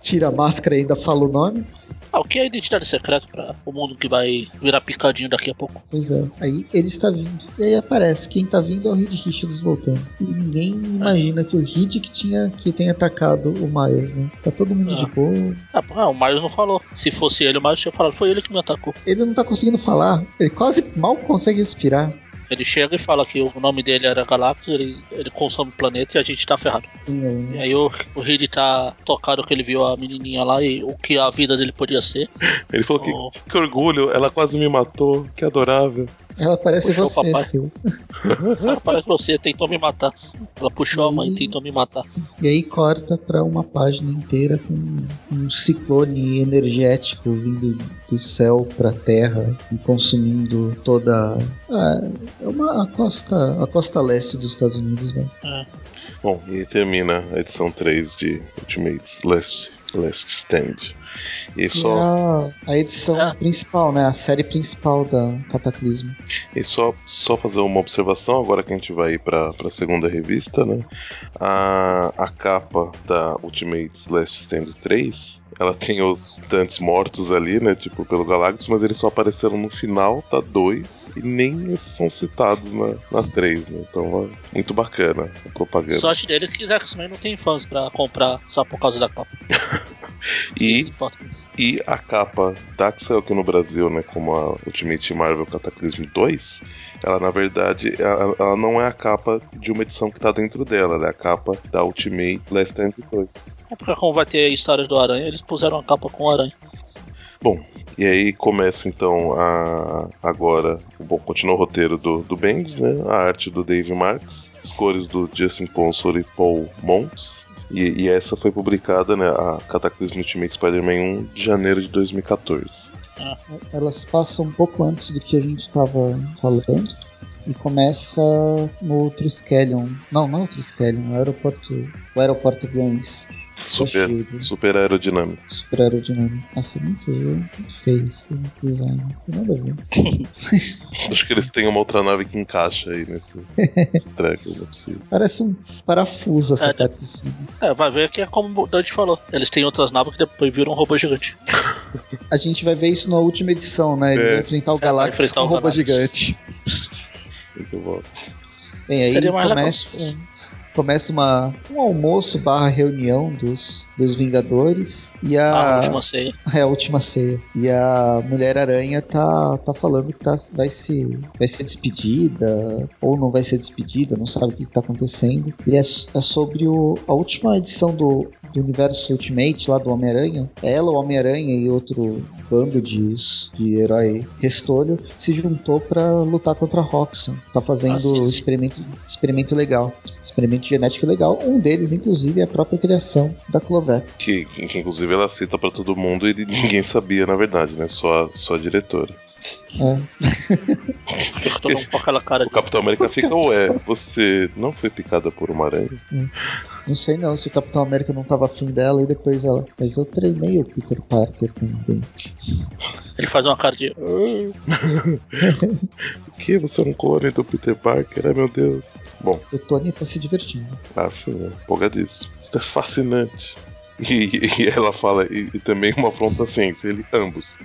Speaker 2: Tira a máscara e ainda fala o nome.
Speaker 1: Ah, o que é identidade secreta para o mundo que vai virar picadinho daqui a pouco?
Speaker 2: Pois é, aí ele está vindo. E aí aparece, quem está vindo é o Reed Richards voltando. E ninguém imagina que o Reed que tinha que tem atacado o Miles, né? Tá todo mundo de
Speaker 1: Ah.
Speaker 2: boa.
Speaker 1: Ah, pô, ah, o Miles não falou. Se fosse ele, o Miles tinha falado. Foi ele que me atacou.
Speaker 2: Ele não tá conseguindo falar, ele quase mal consegue respirar.
Speaker 1: Ele chega e fala que o nome dele era Galactus, ele, ele consome o planeta e a gente tá ferrado.
Speaker 2: Sim,
Speaker 1: E
Speaker 2: é.
Speaker 1: aí o, o Reed tá tocado que ele viu a menininha lá e o que a vida dele podia ser.
Speaker 3: Ele falou que-
Speaker 1: Oh.
Speaker 3: que, orgulho, ela quase me matou, que adorável.
Speaker 2: Ela parece
Speaker 1: Puxou o
Speaker 2: você,
Speaker 1: papai.
Speaker 2: seu.
Speaker 1: Ela parece você, tentou me matar. Ela puxou a mãe,
Speaker 2: Hum.
Speaker 1: tentou me matar.
Speaker 2: E aí corta pra uma página inteira com um ciclone energético vindo do céu pra terra e consumindo toda a, é uma, a costa a costa leste dos Estados Unidos, né?
Speaker 3: Bom, e aí termina a edição 3 de Ultimates Last, Last Stand. E aí
Speaker 2: E
Speaker 3: só,
Speaker 2: a, a edição
Speaker 1: Ah.
Speaker 2: principal, né? A série principal da Cataclismo.
Speaker 3: e só, só fazer uma observação, agora que a gente vai para a segunda revista, né? A, a capa da Ultimates Last Stand 3, ela tem os tantos mortos ali, né? Tipo, pelo Galactus, mas eles só apareceram no final da 2 e nem esses são citados na, na 3, né? Então, é muito bacana a propaganda.
Speaker 1: Sorte deles que X-Men não tem fãs pra comprar só por causa da capa.
Speaker 3: E
Speaker 1: Isso importa isso.
Speaker 3: E a capa da que saiu aqui no Brasil, né, como a Ultimate Marvel Cataclysm 2, ela na verdade ela, ela não é a capa de uma edição que tá dentro dela, ela é a capa da Ultimate Last Stand 2.
Speaker 1: É porque como vai ter histórias do Aranha, eles puseram a capa com o Aranha.
Speaker 3: E aí começa então a agora, bom, continua o roteiro do, do Bendis, né, a arte do Dave Marks, as cores do Justin Ponsor e Paul Montes. E, e essa foi publicada, né, a Cataclysm Ultimate Spider-Man 1 de janeiro de 2014.
Speaker 2: Elas passam um pouco antes do que a gente estava falando. E começa no Triskelion. Não, não é o Triskelion, é o aeroporto. O aeroporto Guiões.
Speaker 3: Super,
Speaker 2: Shield.
Speaker 3: super aerodinâmico.
Speaker 2: é Super aerodinâmico. Nossa, é muito, muito feio esse design. Não tem nada a ver. Mas
Speaker 3: Acho que eles têm uma outra nave que encaixa aí nesse, nesse track, não é possível.
Speaker 2: parece um parafuso essa
Speaker 1: É.
Speaker 2: parte assim. de cima.
Speaker 1: É, vai ver que é como o Dante falou. Eles têm outras naves que depois viram um robô gigante.
Speaker 2: A gente vai ver isso na última edição, né? Eles
Speaker 3: É.
Speaker 2: vão enfrentar o
Speaker 1: vai
Speaker 2: Galactus
Speaker 1: enfrentar
Speaker 2: com
Speaker 1: o
Speaker 2: roupa
Speaker 1: Galactus.
Speaker 2: gigante.
Speaker 3: Muito bom.
Speaker 2: Bem, aí
Speaker 1: Seria mais legal
Speaker 2: começa,
Speaker 1: se fosse.
Speaker 2: começa uma, um almoço barra reunião dos, dos Vingadores e a,
Speaker 1: Ah, A última ceia.
Speaker 2: é a última ceia. E a Mulher Aranha tá, tá falando que tá, vai, se, vai ser despedida ou não vai ser despedida, não sabe o que, que tá acontecendo. E é, s- é sobre o, a última edição do, do universo Ultimate lá do Homem-Aranha. Ela, o Homem-Aranha e outro bando de, s- de herói restolho se juntou pra lutar contra a Roxxon. Tá fazendo
Speaker 1: Ah, sim, sim.
Speaker 2: experimento, experimento legal. Experimento genético legal. Um deles, inclusive, é a própria criação da Clover.
Speaker 3: Que, que inclusive ela cita pra todo mundo e ninguém sabia, na verdade, né? Só, a- só a diretora.
Speaker 2: É,
Speaker 1: Fica todo mundo com aquela cara
Speaker 3: O
Speaker 1: de.
Speaker 3: Capitão América fica, ué, você não foi picada por uma aranha?
Speaker 2: Não sei não se o Capitão América não tava afim dela e depois ela. Mas eu treinei o Peter Parker também.
Speaker 1: Ele faz uma cara de.
Speaker 3: O que? Você é um clone do Peter Parker? Ai meu Deus. Bom,
Speaker 2: O Tony tá se divertindo.
Speaker 3: assim, né? Empolgadíssimo. Isso é fascinante. E, e ela fala, e, e também uma afronta à ciência, ele, ambos.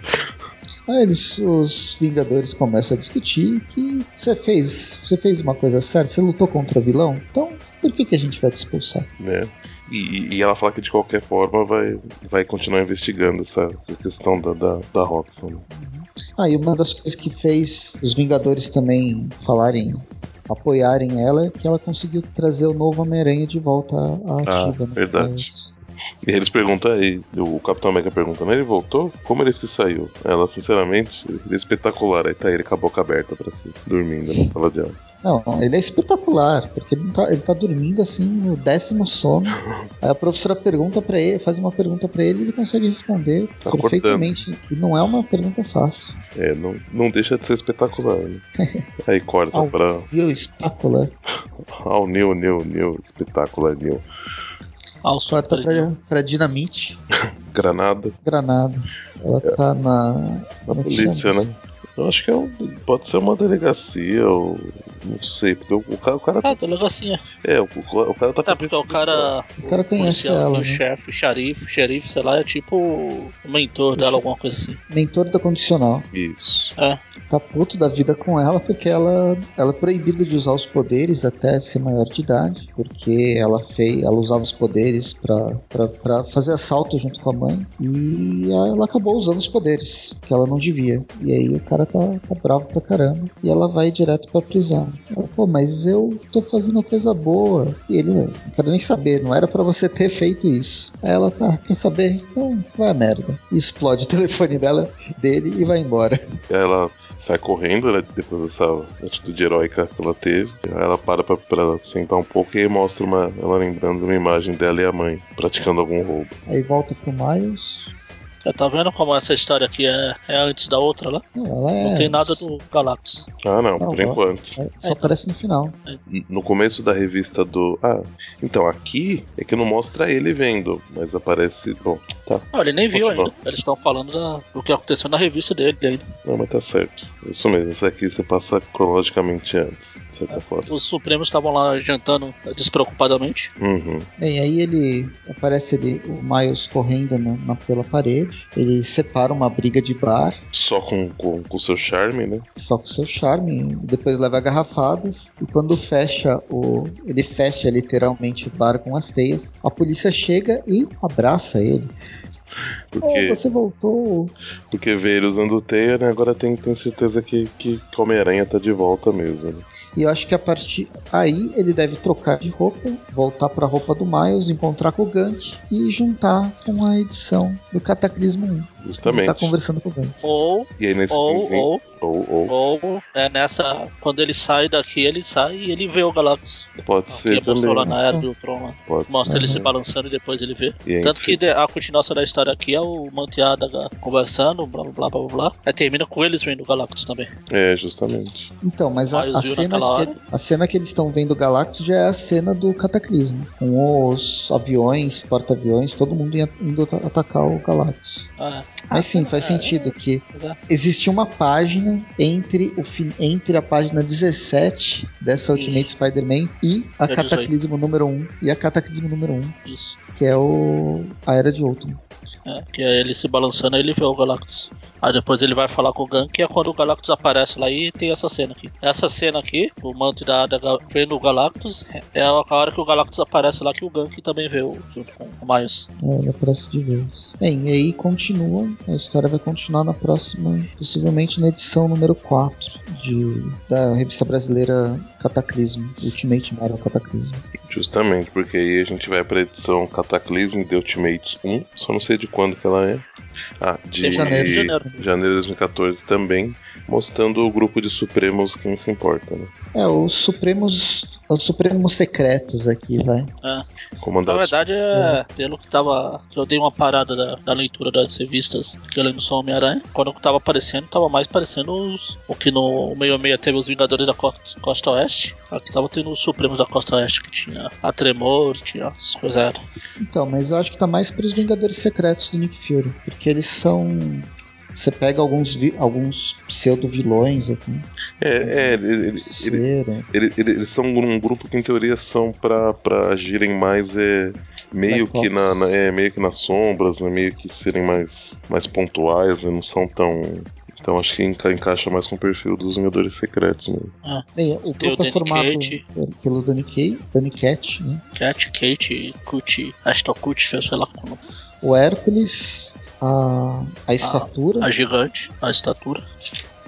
Speaker 2: Aí eles, os Vingadores começam a discutir que você fez. Você fez uma coisa séria, você lutou contra o vilão, então por que, que a gente vai te expulsar?
Speaker 3: né? E, e ela fala que de qualquer forma vai, vai continuar investigando essa questão da, da, da Roxxon. né?
Speaker 2: Ah, e uma das coisas que fez os Vingadores também falarem. Apoiarem ela é que ela conseguiu trazer o novo Homem-Aranha de volta à
Speaker 3: Ah,
Speaker 2: ativa. né?
Speaker 3: verdade. E eles perguntam aí, o Capitão América pergunta, né? Ele voltou? Como ele se saiu? Ela, sinceramente, ele é espetacular. Aí tá ele com a boca aberta pra si, dormindo na sala de aula.
Speaker 2: Não, ele é espetacular, porque ele não tá, ele tá dormindo assim no décimo sono. Aí a professora pergunta pra ele, faz uma pergunta pra ele e ele consegue responder
Speaker 3: Tá acordando.
Speaker 2: perfeitamente. E não é uma pergunta fácil.
Speaker 3: É, não, não deixa de ser espetacular, né? Aí corta
Speaker 2: Au.
Speaker 3: pra
Speaker 2: E o espetacular.
Speaker 3: Ao Neo, Neo, Neo, espetacular Neo.
Speaker 1: Ao
Speaker 2: Quarta tá pra, pra Dinamite,
Speaker 3: Granada,
Speaker 2: Granada. Ela tá na.
Speaker 3: na
Speaker 2: como é que
Speaker 3: polícia,
Speaker 2: chama?
Speaker 3: né? Eu acho que é um, pode ser uma delegacia, ou. Não sei, porque o, o cara, o cara
Speaker 1: É,
Speaker 3: tá.
Speaker 1: delegacia.
Speaker 3: É, o, o cara tá
Speaker 1: É, porque o cara.
Speaker 2: O cara conhece
Speaker 1: policial,
Speaker 2: ela,
Speaker 1: O
Speaker 2: né?
Speaker 1: chefe, xerife, xerife, sei lá, é tipo o mentor dela, alguma coisa assim.
Speaker 2: Mentor da condicional.
Speaker 3: Isso.
Speaker 1: É.
Speaker 2: Tá puto da vida com ela porque ela, ela é proibida de usar os poderes até ser maior de idade. Porque ela fez, ela usava os poderes pra, pra, pra fazer assalto junto com a mãe. E ela acabou usando os poderes que ela não devia. E aí o cara tá, tá bravo pra caramba. E ela vai direto pra prisão. Ela, Pô, mas eu tô fazendo uma coisa boa. E ele, não quero nem saber, não era pra você ter feito isso. Aí ela tá, quer saber? Então vai a merda. E explode o telefone dela, dele e vai embora.
Speaker 3: Ela sai correndo, né, depois dessa atitude heróica que ela teve. Aí Ela para pra, pra sentar um pouco e aí mostra uma, ela lembrando uma imagem dela e a mãe praticando algum roubo.
Speaker 2: Aí volta pro Miles.
Speaker 1: Você tá vendo como essa história aqui é, é antes da outra lá?
Speaker 2: Não, ela é.
Speaker 1: Não tem nada do Galactus.
Speaker 3: Ah, não,
Speaker 2: Não,
Speaker 3: por
Speaker 2: não.
Speaker 3: enquanto.
Speaker 2: Só
Speaker 1: então.
Speaker 2: aparece no final.
Speaker 3: No começo da revista do. Ah, então aqui é que não mostra ele vendo, mas aparece. Bom, tá.
Speaker 1: Não, Ah, ele nem viu
Speaker 3: Continua.
Speaker 1: ainda. Eles estão falando da- do que aconteceu na revista dele ainda.
Speaker 3: Não, mas tá certo. Isso mesmo, essa aqui você passa cronologicamente antes, de certa forma.
Speaker 1: Os Supremos estavam lá jantando despreocupadamente.
Speaker 3: Uhum.
Speaker 2: Bem, aí ele. Aparece ele, o Miles correndo na- na- pela parede. Ele separa uma briga de bar,
Speaker 3: Só com o com, com o seu charme, né?
Speaker 2: só com seu charme. e Depois leva garrafadas. E quando fecha o. Ele fecha literalmente o bar com as teias. A polícia chega e abraça ele.
Speaker 3: Porque,
Speaker 2: Oh, você voltou.
Speaker 3: porque vê ele usando teia, né? Agora tem, tem certeza que, que que Homem-Aranha tá de volta mesmo. Né?
Speaker 2: E eu acho que a partir aí ele deve trocar de roupa, voltar pra roupa do Miles, encontrar com o Gant e juntar com a edição do Cataclismo 1. Ele
Speaker 3: Justamente.
Speaker 2: Tá conversando com o Gant.
Speaker 1: Ou,
Speaker 3: E aí nesse
Speaker 1: ou,
Speaker 3: finzinho.
Speaker 1: ou,
Speaker 3: Ou, ou,
Speaker 1: ou, é nessa. Quando ele sai daqui, ele sai e ele vê o Galactus. Ah,
Speaker 3: pode
Speaker 1: que
Speaker 3: ser
Speaker 1: mostrou lá
Speaker 3: também. né?
Speaker 1: na era do Tron lá.
Speaker 3: Pode
Speaker 1: Mostra
Speaker 3: ser.
Speaker 1: ele se
Speaker 2: Uhum.
Speaker 1: balançando e depois ele vê.
Speaker 3: E aí,
Speaker 1: Tanto
Speaker 3: se-
Speaker 1: que de- a continuação da história aqui é o Manteada conversando, blá blá blá blá blá. Aí termina com eles vendo o Galactus também.
Speaker 3: É, justamente.
Speaker 2: Então, mas a,
Speaker 1: Miles
Speaker 2: a
Speaker 1: viu
Speaker 2: cena
Speaker 1: naquela
Speaker 2: que, a cena que eles estão vendo o Galactus já é a cena do Cataclismo. Com os aviões, porta-aviões, todo mundo ia- indo ata- atacar o Galactus.
Speaker 1: Ah,
Speaker 2: Mas sim, faz
Speaker 1: é.
Speaker 2: sentido que
Speaker 1: Pois é.
Speaker 2: existia uma página entre, o fin- entre a página 17 dessa
Speaker 1: Isso.
Speaker 2: Ultimate Spider-Man e a
Speaker 1: É 18.
Speaker 2: Cataclismo número 1. E a Cataclismo número 1,
Speaker 1: Isso.
Speaker 2: que é o a Era de Outro.
Speaker 1: É, que é ele se balançando, aí ele vê o Galactus. Aí depois ele vai falar com o Gank, que é quando o Galactus aparece lá e tem essa cena aqui. Essa cena aqui, o manto da Adaga vendo o Galactus, é a hora que o Galactus aparece lá que o Gank também vê o- junto com o Miles.
Speaker 2: É, ele aparece de vez. Bem, e aí continua, a história vai continuar na próxima, possivelmente na edição número 4 de, da revista brasileira Cataclismo, Ultimate Marvel Cataclismo.
Speaker 3: Justamente, porque aí a gente vai pra edição Cataclismo de Ultimates 1. Só não sei de quando que ela é. Ah, de
Speaker 1: Em É janeiro, janeiro.
Speaker 3: janeiro de 2014 também, mostrando o grupo de Supremos quem se importa, né?
Speaker 2: É, os Supremos, os Supremos Secretos aqui, vai.
Speaker 1: É. Na
Speaker 3: Comandados
Speaker 1: verdade, é,
Speaker 2: Uhum.
Speaker 1: pelo que tava. que eu dei uma parada da, da leitura das revistas que eu lembro só Homem-Aranha. Quando eu tava aparecendo, tava mais parecendo os. O que no 66 teve os Vingadores da Co- Costa Oeste. Aqui tava tendo os Supremos da Costa Oeste, que tinha a Tremor, tinha as coisas.
Speaker 2: Então, mas eu acho que tá mais pros Vingadores Secretos do Nick Fury, porque eles são... Você pega alguns, vi- alguns pseudo-vilões aqui, né,
Speaker 3: É, é ele- ele- ele-
Speaker 2: Cera.
Speaker 3: ele- ele- eles são um grupo que em teoria são pra, pra agirem mais é, meio
Speaker 2: Black
Speaker 3: que na,
Speaker 2: Ops.
Speaker 3: na- é, meio que nas sombras, né, meio que serem mais, mais pontuais, né, não são tão então acho que enca- encaixa mais com o perfil dos Vingadores Secretos né? mesmo.
Speaker 2: Bem,
Speaker 1: Tem o
Speaker 2: o grupo é
Speaker 1: Danny
Speaker 2: formado
Speaker 1: Cage.
Speaker 2: pelo Danny Kay, Danny Cat, né?
Speaker 1: Cat, Kate, Kut, Astokut, sei lá como. é
Speaker 2: o Hércules, a, a estatura,
Speaker 1: A gigante, a estatura.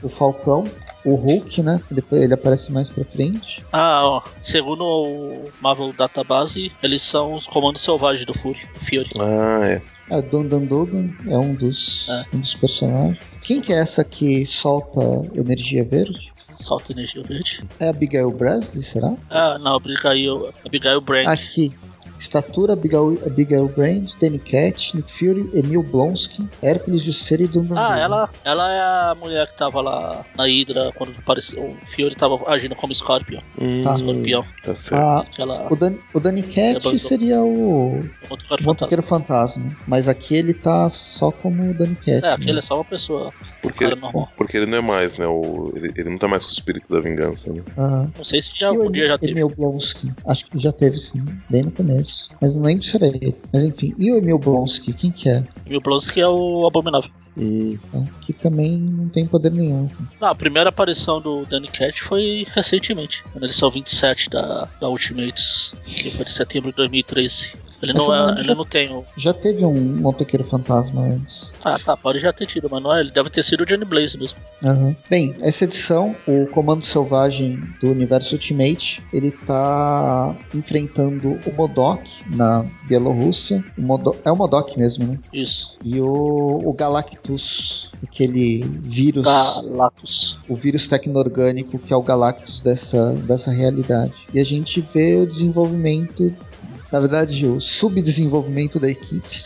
Speaker 2: o Falcão, o Hulk, né? Que depois ele aparece mais pra frente.
Speaker 1: Ah, ó, segundo o Marvel Database, eles são os comandos selvagens do Fury. Fury.
Speaker 3: Ah, é.
Speaker 2: A Dondan Dogan é um dos,
Speaker 1: É.
Speaker 2: um dos personagens. Quem que é essa que solta energia verde?
Speaker 1: Solta energia verde.
Speaker 2: É a Abigail Bresley, será?
Speaker 1: Ah, não, Abigail, Abigail Brand.
Speaker 2: Aqui. Estatura, Abigail, Abigail Brand, Danny Cat, Nick Fury, Emil Blonsky, Hércules Jusceiro e Dunga.
Speaker 1: Ah, ela, ela é a mulher que tava lá na Hydra quando apareceu, o Fury tava agindo como Scorpion.
Speaker 3: Hum,
Speaker 2: Tá.
Speaker 1: Escorpião.
Speaker 3: tá certo.
Speaker 2: Ah,
Speaker 1: Aquela.
Speaker 2: o, Dan, o Danny Cat
Speaker 1: abandonou.
Speaker 2: seria o
Speaker 1: Outro cara fantasma.
Speaker 2: Motoqueiro Fantasma. Mas aqui ele tá só como o Danny né? Cat.
Speaker 1: É, aquele é só uma pessoa.
Speaker 2: Ah.
Speaker 3: porque,
Speaker 1: cara normal.
Speaker 3: porque ele não é mais, né? O, ele, ele não tá mais com o espírito da vingança, né?
Speaker 2: Aham.
Speaker 1: Não sei se já
Speaker 2: Ah, E o
Speaker 1: um dia já teve.
Speaker 2: Emil Blonsky, acho que já teve sim, bem no começo. Mas não lembro se era ele. Mas enfim, e o Emil Blonsky, quem que é?
Speaker 1: E o Blonsky é o Abominável.
Speaker 2: Então, que também não tem poder nenhum. assim.
Speaker 1: Não, a primeira aparição do Danny Cat foi recentemente, na edição 27 da, da Ultimates, que foi de setembro de 2013. Ele
Speaker 2: Essa
Speaker 1: não,
Speaker 2: eu não
Speaker 1: é,
Speaker 2: lembro
Speaker 1: ele
Speaker 2: já-
Speaker 1: não tem o.
Speaker 2: Já teve um motoqueiro fantasma antes.
Speaker 1: Ah, tá, pode já ter tido, mas não é. Ele deve ter sido o Johnny Blaze mesmo.
Speaker 2: Aham. Bem, essa edição, o Comando Selvagem do Universo Ultimate, ele tá enfrentando o Modok na Bielorrússia. O Modok- é o Modok mesmo, né?
Speaker 1: Isso.
Speaker 2: E o, o Galactus, aquele vírus,
Speaker 1: Galactus.
Speaker 2: o vírus tecno-orgânico que é o Galactus dessa, dessa realidade. E a gente vê o desenvolvimento, na verdade, o subdesenvolvimento da equipe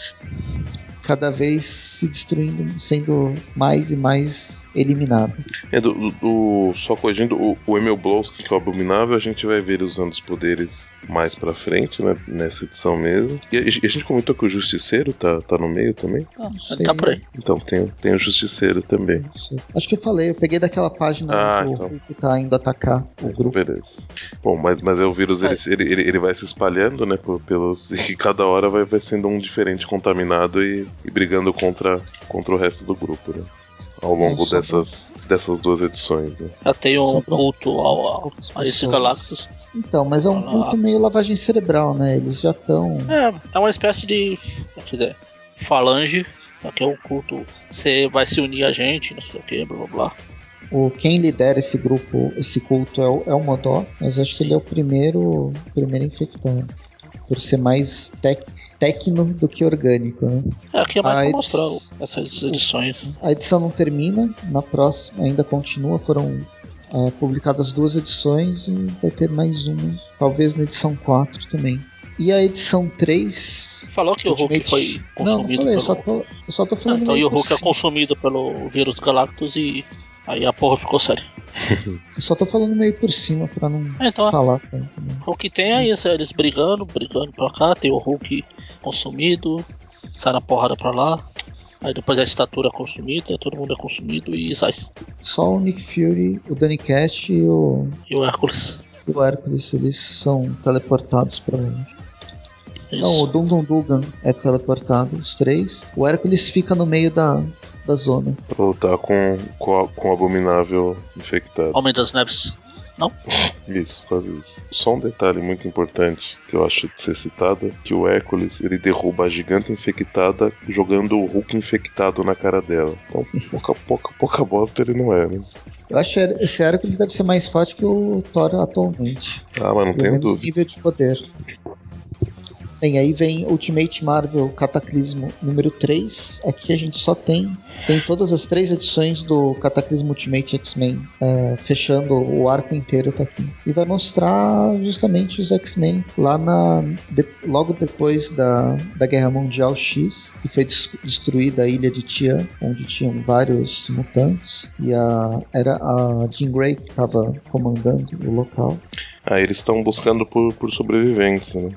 Speaker 2: cada vez se destruindo, sendo mais e mais eliminado.
Speaker 3: É, do, do- do- só corrigindo, o, o Emil Blonsky, que é o Abominável, a gente vai ver ele usando os poderes mais pra frente, né? Nessa edição mesmo. E a, e a gente comentou que o Justiceiro tá, tá no meio também.
Speaker 1: Ah,
Speaker 2: Isso
Speaker 1: ele tá
Speaker 2: aí.
Speaker 1: por aí.
Speaker 3: Então tem, tem o Justiceiro também.
Speaker 2: Não sei. Acho que eu falei, eu peguei daquela página
Speaker 3: Ah,
Speaker 2: que o
Speaker 3: então.
Speaker 2: Hulk tá indo atacar
Speaker 3: É.
Speaker 2: o grupo.
Speaker 3: Beleza. Bom, mas, mas é o vírus, ele, ele, ele, ele vai se espalhando, né? por- pelos, e cada hora vai, vai sendo um diferente contaminado e, e brigando contra, contra o resto do grupo, né? Ao longo
Speaker 2: Não, só-
Speaker 3: dessas, dessas duas edições, né?
Speaker 1: Já tem um
Speaker 2: Só pra-
Speaker 1: culto ao, ao- a
Speaker 2: é
Speaker 1: esse Galactus.
Speaker 2: Então, mas é um
Speaker 1: Ah, tá lá.
Speaker 2: culto meio lavagem cerebral, né? Eles já estão.
Speaker 1: É, é uma espécie de. Quer dizer, falange. Só que é um culto. Você vai se unir a gente, não sei o que, blá blá blá.
Speaker 2: O, quem lidera esse grupo, esse culto é o, é o Modó, mas acho que ele é o primeiro, primeiro infectado. Por ser mais tec, tecno do que orgânico, né?
Speaker 1: É, aqui é mais
Speaker 2: Ah,
Speaker 1: pra
Speaker 2: edi-
Speaker 1: mostrar o- essas edições.
Speaker 2: A edição não termina, na próxima ainda continua, foram é, publicadas duas edições e vai ter mais uma, talvez na edição 4 também. E a edição 3.
Speaker 1: Falou que o Hulk
Speaker 2: Ultimate-
Speaker 1: foi
Speaker 2: não, não
Speaker 1: consumido
Speaker 2: falei, eu
Speaker 1: pelo.
Speaker 2: só tô, eu só tô
Speaker 1: Ah,
Speaker 2: falando.
Speaker 1: então e
Speaker 2: meio
Speaker 1: o Hulk
Speaker 2: por
Speaker 1: é
Speaker 2: cima.
Speaker 1: consumido pelo vírus Galactus e aí a porra ficou séria.
Speaker 2: Eu só tô falando meio por cima pra não
Speaker 1: Ah, Então é.
Speaker 2: falar tanto. né?
Speaker 1: o que tem é isso, é eles brigando, brigando pra cá, tem o Hulk consumido, sai na porrada pra lá, aí depois a estatura é consumida, todo mundo é consumido e sai.
Speaker 2: Só o Nick Fury, o Danny Cash e o,
Speaker 1: E o Hércules.
Speaker 2: e o Hércules, eles são teleportados pra longe. Não, o
Speaker 1: é Isso.
Speaker 2: Dum Dum Dugan é teleportado, os três. O Hércules fica no meio da, da zona.
Speaker 3: Pra lutar com, com, a- com o Abominável infectado.
Speaker 1: Homem das Neves.
Speaker 3: Isso, quase isso. Só um detalhe muito importante que eu acho de ser citado, que o Hércules, ele derruba a gigante infectada jogando o Hulk infectado na cara dela. Então, pouca, pouca, pouca bosta ele não é, né?
Speaker 2: Eu acho que esse Hércules deve ser mais forte que o Thor atualmente.
Speaker 3: Ah, mas não
Speaker 2: Pelo
Speaker 3: tenho
Speaker 2: menos
Speaker 3: dúvida.
Speaker 2: nível de poder. Bem, aí vem Ultimate Marvel Cataclismo número 3. Aqui a gente só tem tem todas as três edições do Cataclismo Ultimate X-Men, eh, fechando o arco inteiro tá aqui. E vai mostrar justamente os X-Men lá na de- logo depois da, da Guerra Mundial X, que foi des- destruída a ilha de Tian, onde tinham vários mutantes e a era a Jean Grey que estava comandando o local.
Speaker 3: Ah, eles estão buscando por, por sobrevivência, né?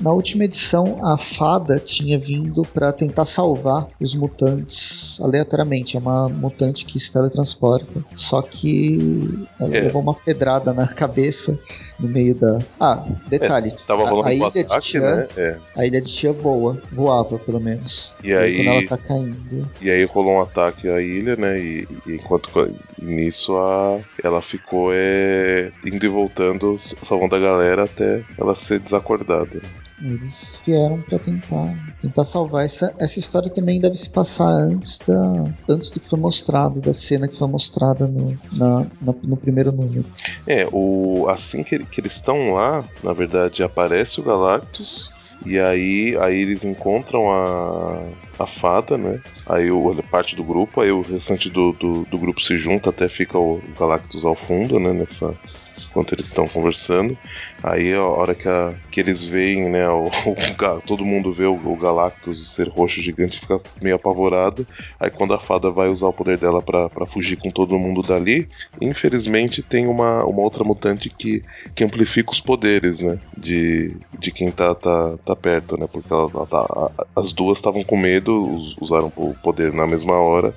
Speaker 2: Na última edição, a fada tinha vindo para tentar salvar os mutantes aleatoriamente. É uma mutante que se teletransporta. Só que ela
Speaker 3: É.
Speaker 2: levou uma pedrada na cabeça no meio da. Ah, detalhe.
Speaker 3: Tava
Speaker 2: a-
Speaker 3: rolando
Speaker 2: a,
Speaker 3: um
Speaker 2: ilha de
Speaker 3: ataque,
Speaker 2: Tia,
Speaker 3: né? É.
Speaker 2: a ilha de Tia voa, voava pelo menos.
Speaker 3: E aí-
Speaker 2: quando ela tá caindo.
Speaker 3: E aí rolou um ataque à ilha, né? E, e enquanto e nisso a, ela ficou é, indo e voltando, salvando a galera até ela ser desacordada.
Speaker 2: Eles vieram para tentar, tentar salvar essa, essa história também deve se passar antes da antes do que foi mostrado, da cena que foi mostrada no, na- na- no primeiro número.
Speaker 3: É, o, assim que, ele- que eles estão lá, na verdade, aparece o Galactus. E aí, aí eles encontram a, a fada, né? Aí o, parte do grupo, aí o restante do, do, do grupo se junta, até fica o Galactus ao fundo, né? Nessa, enquanto eles estão conversando. Aí a hora que, a, que eles veem, né, o, o ga- todo mundo vê o, o Galactus, o ser roxo gigante, fica meio apavorado. Aí quando a fada vai usar o poder dela pra pra fugir com todo mundo dali, infelizmente tem uma, uma outra mutante que, que amplifica os poderes, né, de, de quem tá, tá, tá perto, né, porque ela, ela tá- a- as duas estavam com medo, us- usaram o poder na mesma hora.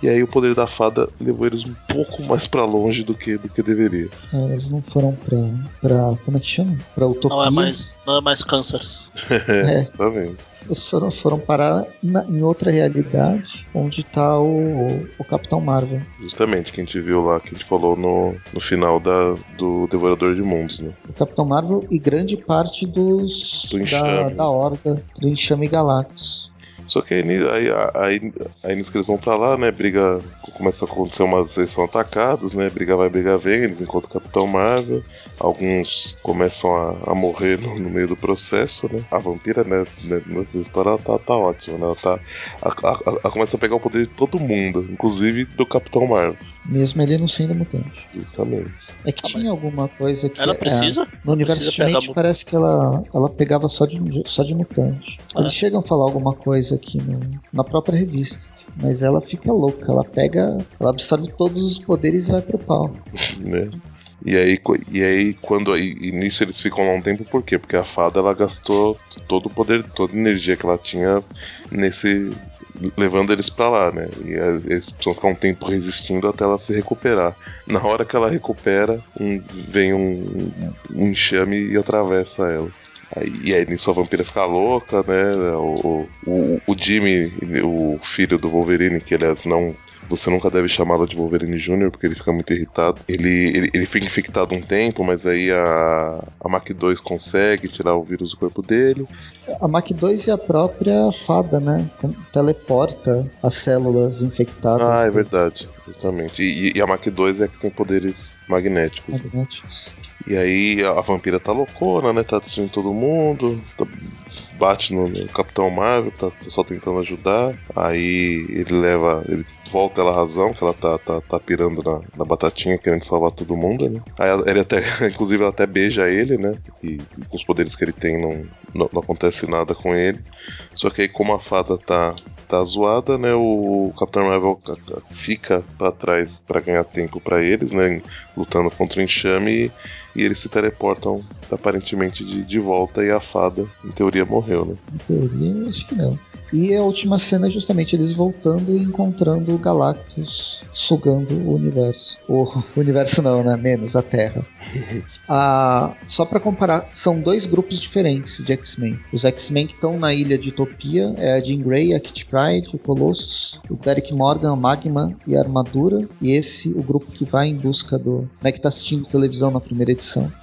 Speaker 3: E aí o poder da fada levou eles um pouco mais pra longe do que do que deveria.
Speaker 2: É, eles não foram pra, pra. Como é que chama? Pra Utopia.
Speaker 1: Não é mais, não é mais câncer.
Speaker 2: É,
Speaker 3: Exatamente.
Speaker 2: eles foram, foram parar na- em outra realidade onde tá o, o Capitão Marvel.
Speaker 3: Justamente, que a gente viu lá, que a gente falou no, no final da, do Devorador de Mundos, né?
Speaker 2: O Capitão Marvel e grande parte dos.
Speaker 3: Do
Speaker 2: da,
Speaker 3: enxame.
Speaker 2: da horda do Enxame Galactus.
Speaker 3: Só que aí, ni- aí, aí, aí nisso que eles vão pra lá, né? Briga. Começa a acontecer umas. Eles são atacados, né? Briga vai, briga vem. Eles encontram o Capitão Marvel. Alguns começam a, a morrer no, no meio do processo, né? A vampira, né? né, Nessa história ela tá, tá ótima, né? Ela, tá, a- a- a- ela começa a pegar o poder de todo mundo, inclusive do Capitão Marvel,
Speaker 2: Mesmo ele não sendo mutante.
Speaker 3: justamente.
Speaker 2: É que
Speaker 1: Ah, mas-
Speaker 2: tinha alguma coisa que.
Speaker 1: Ela
Speaker 2: é,
Speaker 1: precisa?
Speaker 2: no universo
Speaker 1: precisa pegar
Speaker 2: ultimate
Speaker 1: mu-
Speaker 2: parece que ela, ela pegava só de, um só de mutante.
Speaker 1: Ah.
Speaker 2: Eles chegam a falar alguma coisa aqui no, na própria revista. Mas ela fica louca. Ela pega. Ela absorve todos os poderes e vai pro pau.
Speaker 3: né? E aí, co- e aí quando e, e nisso eles ficam lá um tempo, por quê? Porque a fada ela gastou todo o poder, toda a energia que ela tinha nesse levando eles pra lá, né? E a- eles precisam ficar um tempo resistindo até ela se recuperar. Na hora que ela recupera, um- vem um, um enxame e atravessa ela. Aí- E aí nisso a vampira fica louca, né? O, o, o Jimmy, o filho do Wolverine, que aliás não você nunca deve chamá-lo de Wolverine Jr., porque ele fica muito irritado. Ele, ele, ele fica infectado um tempo, mas aí a, a Mac 2 consegue tirar o vírus do corpo dele.
Speaker 2: A Mac 2 e a própria fada, né? com- Teleporta as células infectadas.
Speaker 3: Ah, é
Speaker 2: por
Speaker 3: verdade, justamente. E, e- e a Mac 2 é que tem poderes
Speaker 2: É
Speaker 3: magnéticos. né?
Speaker 2: magnéticos.
Speaker 3: E aí a, a vampira tá loucona, né? Tá destruindo todo mundo. tá- bate no, no Capitão Marvel, tá, tá só tentando ajudar. Aí ele leva. Ele volta ela à razão, que ela tá, tá, tá pirando na, na batatinha, querendo salvar todo mundo, né? Aí ela- ele até, inclusive, ela até beija ele, né? E, e com os poderes que ele tem, não, não, não acontece nada com ele. Só que aí, como a fada tá. Tá zoada, né? O Capitão Marvel ca- ca- fica pra trás pra ganhar tempo pra eles, né? Lutando contra o enxame e e eles se teleportam aparentemente de, de volta e a fada, em teoria, morreu, né?
Speaker 2: Em teoria, acho que não. E a última cena é justamente eles voltando e encontrando o Galactus sugando o universo. O, o universo não, né? Menos a Terra. Ah, só pra comparar, são dois grupos diferentes de X-Men. Os X-Men que estão na ilha de Utopia é a Jean Grey, a Kitty Pryde, o Colossus, o Derek Morgan, a Magma e a Armadura. E esse, o grupo que vai em busca do. Né, que tá assistindo televisão na primeira edição.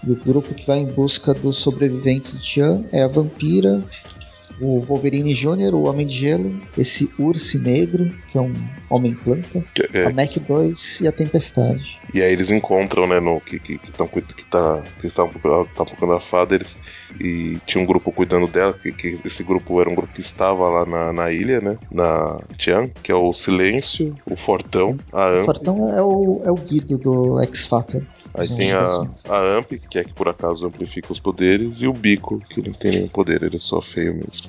Speaker 2: E o grupo que vai em busca dos sobreviventes de Tian é a Vampira, o Wolverine Jr., o Homem de Gelo, esse urso negro, que é um homem planta,
Speaker 3: Que-
Speaker 2: a
Speaker 3: é,
Speaker 2: Mac 2 e a Tempestade.
Speaker 3: e aí eles encontram, né, no, que, que, que, tão, cu- que, tá, que eles estavam procurando, tavam procurando a fada, eles, e tinha um grupo cuidando dela, que, que esse grupo era um grupo que estava lá na, na ilha, né, na Tian, que é o Silêncio, o Fortão, a
Speaker 2: O
Speaker 3: Amp,
Speaker 2: Fortão é o, é o Guido do X Factor.
Speaker 3: aí tem a, a Amp, que é que por acaso amplifica os poderes, e o Bico, que não tem nenhum poder, ele é só feio mesmo.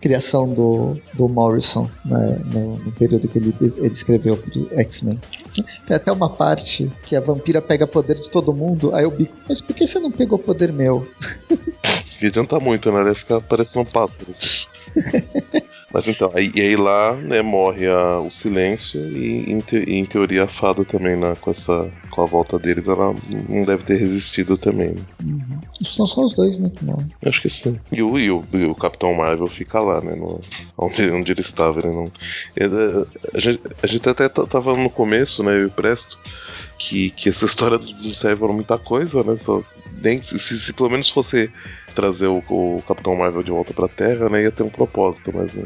Speaker 2: Criação do, do Morrison né, no, no período que ele, des- ele escreveu pro X-Men. Tem até uma parte que a vampira pega poder de todo mundo, aí o bico, mas por que você não pegou poder meu?
Speaker 3: E adianta muito, né? Ele fica parecendo um pássaro. assim. Mas então, aí, e aí lá, né, morre a- o silêncio e em, te- e em teoria a fada também, né, com, essa, com a volta deles, ela não deve ter resistido também, né?
Speaker 2: Uhum. São só os dois, né, que morrem.
Speaker 3: Acho que sim. E o, e o, e o Capitão Marvel fica lá, né? no- onde, onde ele estava, ele não. ele- eh, a, gente, a gente até tá- tava no começo, né? Eu e o Presto, que, que essa história não serve pra muita coisa, né? Só, nem, se, se- se pelo menos fosse trazer o, o Capitão Marvel de volta pra Terra, né? Ia ter um propósito, mas não-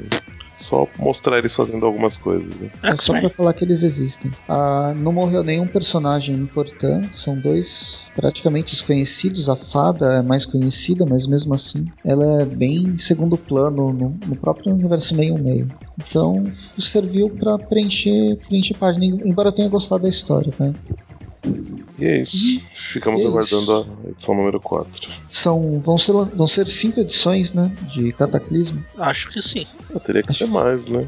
Speaker 3: só mostrar eles fazendo algumas coisas, né?
Speaker 2: É só pra
Speaker 1: X-Men.
Speaker 2: falar que eles existem. Ah, não morreu nenhum personagem importante, são dois praticamente desconhecidos. A fada é mais conhecida, mas mesmo assim ela é bem segundo plano no, no próprio universo meio-meio. Então serviu pra preencher, preencher página, embora eu tenha gostado da história. Né?
Speaker 3: E é isso. Ficamos
Speaker 2: É isso.
Speaker 3: aguardando a edição número 4.
Speaker 2: São, vão, ser, lan- vão ser cinco edições, né? De Cataclismo.
Speaker 1: Acho que sim.
Speaker 3: Ah, teria que ser mais, né?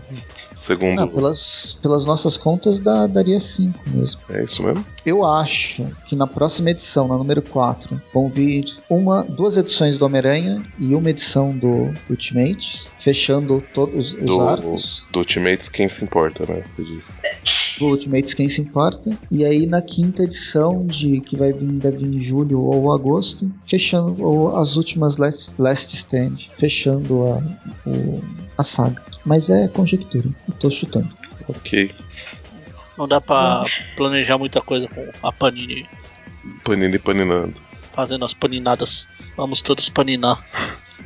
Speaker 3: Segundo.
Speaker 2: Ah, pelas, pelas nossas contas, dá- daria cinco mesmo.
Speaker 3: É isso mesmo?
Speaker 2: Eu acho que na próxima edição, na número 4, vão vir uma, duas edições do Homem-Aranha e uma edição do Ultimate, fechando todos os
Speaker 3: Do-
Speaker 2: arcos.
Speaker 3: Do Ultimates, quem se importa, né? Você disse.
Speaker 2: do Ultimates Quem Se Importa. E aí na quinta edição, de que vai vir, deve vir em julho ou agosto, fechando ou as últimas Last, last Stand, fechando a, o- a saga. Mas é conjectura, eu tô chutando.
Speaker 3: Ok.
Speaker 1: Não dá pra planejar muita coisa com a Panini
Speaker 3: Panini paninando.
Speaker 1: fazendo as paninadas. Vamos todos paninar.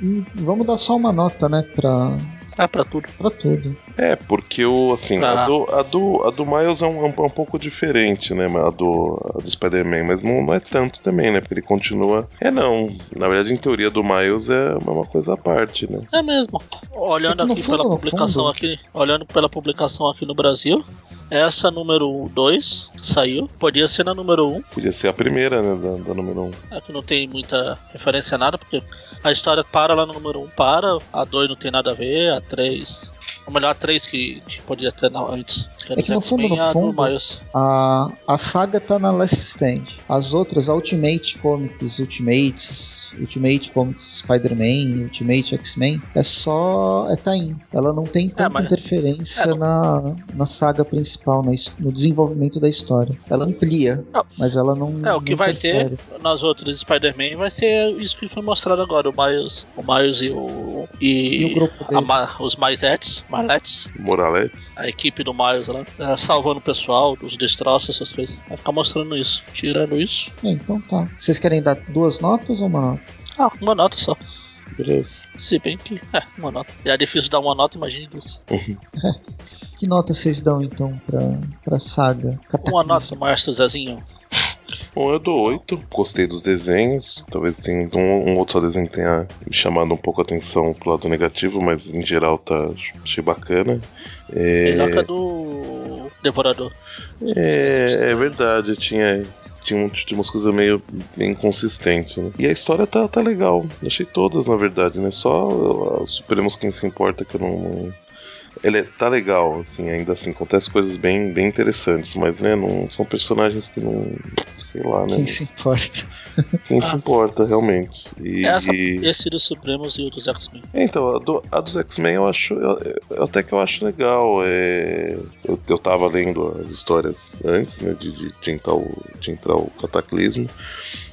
Speaker 2: E vamos dar só uma nota, né, pra,
Speaker 1: É pra tudo.
Speaker 2: pra tudo.
Speaker 3: É, porque o, assim,
Speaker 1: Ah.
Speaker 3: a, do, a, do, a do Miles é um, é um pouco diferente, né? A do, a do Spider-Man, mas não, não é tanto também, né? Porque ele continua. É, não. Na verdade, em teoria, do Miles é uma coisa à parte, né?
Speaker 1: É mesmo. Olhando
Speaker 2: É que no
Speaker 1: aqui
Speaker 2: fundo,
Speaker 1: pela
Speaker 2: no
Speaker 1: publicação
Speaker 2: fundo-
Speaker 1: aqui, olhando pela publicação aqui no Brasil, essa número 2 saiu. Podia ser na número 1, um,
Speaker 3: Podia ser a primeira, né? Da, da número 1. Um.
Speaker 1: é que não tem muita referência a nada, porque a história para lá no número 1, um, para, a 2 não tem nada a ver, a 3. Ou melhor, a 3 que que podia ter na- antes. Quer
Speaker 2: É que no fundo,
Speaker 1: bem
Speaker 2: no
Speaker 1: a do
Speaker 2: fundo-
Speaker 1: Miles.
Speaker 2: A, a saga tá na Last Stand. As outras, a Ultimate Comics, Ultimates, Ultimate Comics Spider-Man, Ultimate X-Men, é só. é Taim. Ela não tem tanta
Speaker 1: mas-
Speaker 2: interferência
Speaker 1: é, não-
Speaker 2: na, na saga principal, na his- no desenvolvimento da história. Ela amplia,
Speaker 1: Não.
Speaker 2: mas ela não.
Speaker 1: É, o que
Speaker 2: não
Speaker 1: vai
Speaker 2: interfere.
Speaker 1: ter nas outras Spider-Man vai ser isso que foi mostrado agora, o Miles, o Miles e o. E,
Speaker 2: E o grupo
Speaker 1: a
Speaker 2: deles.
Speaker 1: Ma- os Maisettes, Mailettes,
Speaker 3: Moraletes.
Speaker 1: a equipe do Miles lá, eh, salvando o pessoal, os destroços, essas coisas. Vai ficar mostrando isso. Tirando isso.
Speaker 2: É, então tá. Vocês querem dar duas notas ou uma nota?
Speaker 1: Ah, uma nota só.
Speaker 3: Beleza.
Speaker 1: Se bem que. É, uma nota. Já é difícil dar uma nota, imagine duas.
Speaker 2: Que nota vocês dão então pra, pra saga?
Speaker 1: Uma
Speaker 2: Cataclismo?
Speaker 1: nota, Maestro Zezinho.
Speaker 3: Bom, eu dou 8. Gostei dos desenhos. Talvez tenha um, um outro desenho que tenha me chamado um pouco a atenção pro lado negativo, mas em geral tá achei bacana. É,
Speaker 1: Melhor que a do. Devorador.
Speaker 3: é, é verdade, tinha. Tinha, um, tinha umas coisas meio meio inconsistente, né? E a história tá, tá legal. Achei todas, na verdade, né? Só a Supremos Quem Se Importa que eu não. Ele é- tá legal, assim, ainda assim, acontece coisas bem, bem interessantes, mas, né, não são personagens que não. Sei lá, né?
Speaker 2: Quem se importa?
Speaker 3: Quem
Speaker 1: Ah.
Speaker 3: se importa, realmente. E,
Speaker 1: Essa,
Speaker 3: e-
Speaker 1: esse dos Supremos e o dos X-Men.
Speaker 3: Então, a, do- a dos X-Men eu acho. eu- eu- até que eu acho legal. é, Eu, eu tava lendo as histórias antes, né? De, de- de entrar o, de entrar o Cataclismo.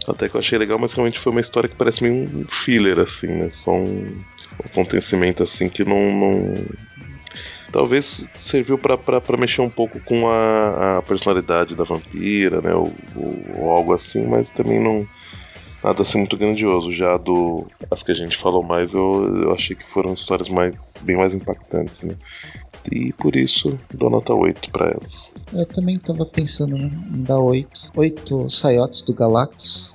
Speaker 3: Até que eu achei legal, mas realmente foi uma história que parece meio um filler, assim, né? Só um acontecimento assim que não. não- Talvez serviu pra- pra pra mexer um pouco com a, a personalidade da vampira, né? Ou, ou- ou algo assim, mas também não. Nada assim muito grandioso. Já do. As que a gente falou mais, eu, eu achei que foram histórias mais bem mais impactantes, né? E por isso dou nota 8 pra elas.
Speaker 2: Eu também tava pensando né, em dar oito. Oito saiotes do Galactus.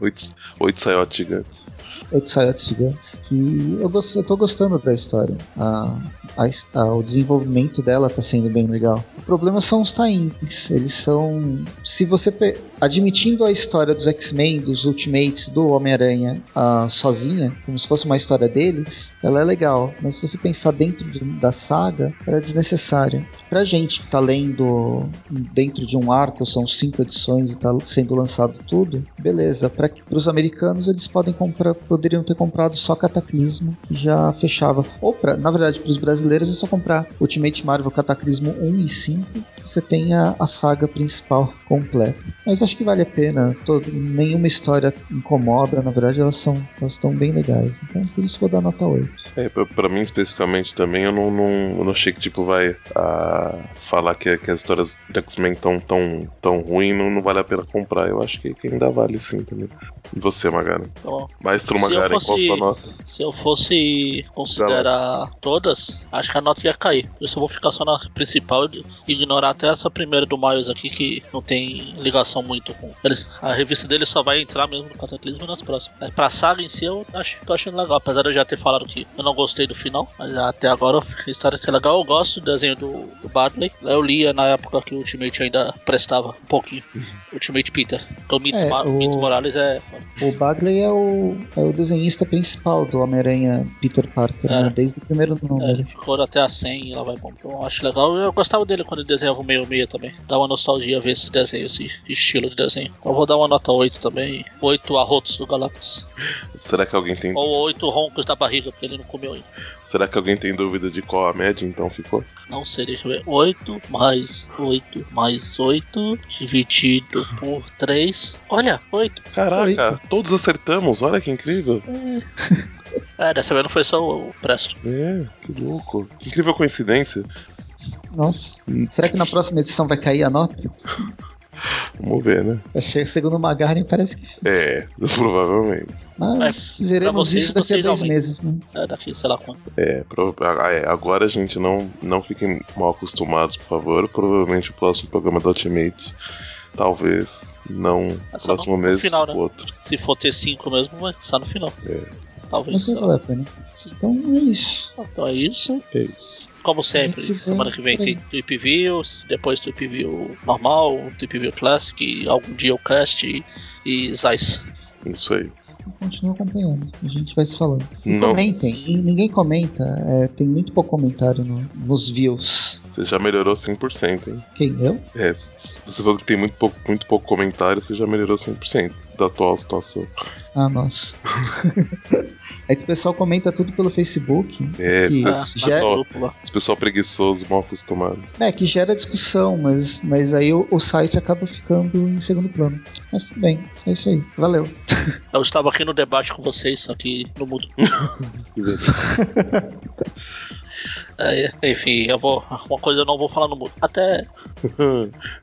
Speaker 3: 8, 8 saiotes gigantes.
Speaker 2: Oito saiotes gigantes. Que eu, gosto, eu tô gostando da história. A- a his- a- o desenvolvimento dela tá sendo bem legal. O problema são os tains. Eles são. Se você. pe- Admitindo a história dos X-Men, dos Ultimates, do Homem-Aranha ah, sozinha, como se fosse uma história deles, ela é legal. Mas se você pensar dentro do- da saga, ela é desnecessária. Pra gente que tá lendo dentro de um arco, são cinco edições e tá sendo lançado tudo, beleza. Para os americanos, eles podem comprar, poderiam ter comprado só Cataclismo, que já fechava. Ou, pra, na verdade, para os brasileiros, é só comprar Ultimate Marvel Cataclismo 1 e 5, que você tem a, a saga principal completa. Mas acho que vale a pena, todo, nenhuma história incomoda, na verdade, elas são elas estão bem legais. Então, por isso, vou dar nota 8.
Speaker 3: É, pra, pra mim especificamente também, eu não, não, eu não achei que tipo vai ah, falar que, que as histórias do X-Men tão, tão, tão ruim não, não vale a pena comprar. Eu acho que, que ainda vale sim também. E você, Magara?
Speaker 1: Então,
Speaker 3: Maestro
Speaker 1: Se eu
Speaker 3: Magara, qual
Speaker 1: fosse-
Speaker 3: sua nota?
Speaker 1: se eu fosse considerar
Speaker 3: Galatas.
Speaker 1: todas, acho que a nota ia cair. Eu só vou ficar só na principal e ignorar até essa primeira do Miles aqui, que não tem ligação muito com. Eles, a revista dele só vai entrar mesmo no Cataclismo nas próximas. É, Pra saga em si, eu acho, tô achando legal, apesar de eu já ter falado que que eu não gostei do final, mas até agora a história tá legal. Eu gosto do desenho do, do Bartley. Eu lia na época que o Ultimate ainda prestava um pouquinho. Ultimate Peter. Então, o Mito,
Speaker 2: É,
Speaker 1: Ma-
Speaker 2: o-
Speaker 1: Mito Morales é.
Speaker 2: O Bagley é o, é o desenhista principal do Homem-Aranha Peter Parker,
Speaker 1: É.
Speaker 2: né? Desde o primeiro
Speaker 1: é,
Speaker 2: número.
Speaker 1: ele ficou até a 100 e lá vai bom. Então eu acho legal. Eu gostava dele quando ele desenhava o meio meia também. Dá uma nostalgia ver esse desenho, esse estilo de desenho. Então eu vou dar uma nota 8 também. 8 arrotos do Galactus.
Speaker 3: Será que alguém tem,
Speaker 1: Ou 8 roncos da barriga, porque ele não comeu ainda.
Speaker 3: será que alguém tem dúvida de qual a média então ficou?
Speaker 1: Não sei, deixa eu ver. 8 mais 8 mais 8 dividido por 3. Olha, 8.
Speaker 3: Caraca, todos acertamos, olha que incrível.
Speaker 1: É, dessa vez não foi só o Presto.
Speaker 3: É, que louco. Que incrível coincidência.
Speaker 1: É.
Speaker 2: Nossa. Será que na próxima edição vai cair a nota?
Speaker 3: Vamos ver, né?
Speaker 2: Achei que segundo o Magaren parece que sim.
Speaker 3: É, provavelmente.
Speaker 2: Mas
Speaker 1: É, pra
Speaker 2: veremos
Speaker 1: vocês,
Speaker 2: isso daqui a
Speaker 1: vocês
Speaker 2: dois
Speaker 1: aumentam.
Speaker 2: meses, né?
Speaker 1: É, daqui, sei lá quanto.
Speaker 3: É, prova- ah, é, agora gente não, não fiquem mal acostumados, por favor. Provavelmente o próximo programa da Ultimate. Talvez não
Speaker 1: Mas só
Speaker 3: próximo
Speaker 1: no- no
Speaker 3: mês
Speaker 1: final, né?
Speaker 3: o outro.
Speaker 1: Se for ter 5 mesmo, vai só no final.
Speaker 2: Não
Speaker 1: Talvez. sei
Speaker 2: sei
Speaker 1: lá.
Speaker 2: qual é a pena. Então é isso.
Speaker 1: Então é isso.
Speaker 3: É isso.
Speaker 1: Como sempre,
Speaker 2: A gente se vê
Speaker 1: semana que vem
Speaker 2: por aí.
Speaker 1: tem Tweep Views, depois Tweep View normal, Tweep View Classic, e algum dia o Cast e, e Zeiss.
Speaker 3: Isso aí.
Speaker 2: Continua acompanhando. A gente vai se falando. E
Speaker 3: Não.
Speaker 2: comentem. E ninguém comenta. É, tem muito pouco comentário no- nos views.
Speaker 3: Você já melhorou 100%, hein?
Speaker 2: Quem? Eu?
Speaker 3: É, s- s- você falou que tem muito pouco, muito pouco comentário, você já melhorou 100% da atual situação.
Speaker 2: Ah, nossa. é que o pessoal comenta tudo pelo Facebook.
Speaker 3: É,
Speaker 2: Que-
Speaker 3: esse
Speaker 2: Ah,
Speaker 3: pessoal-
Speaker 2: já-
Speaker 3: pessoal,
Speaker 1: grupo lá.
Speaker 3: esse pessoal preguiçoso, mal acostumado.
Speaker 2: É, que gera discussão, mas, mas aí o, o site acaba ficando em segundo plano. Mas tudo bem, é isso aí. Valeu.
Speaker 1: Eu estava aqui no debate com vocês, só que no mudo. É, enfim, eu vou. Uma coisa eu não vou falar no mudo. Até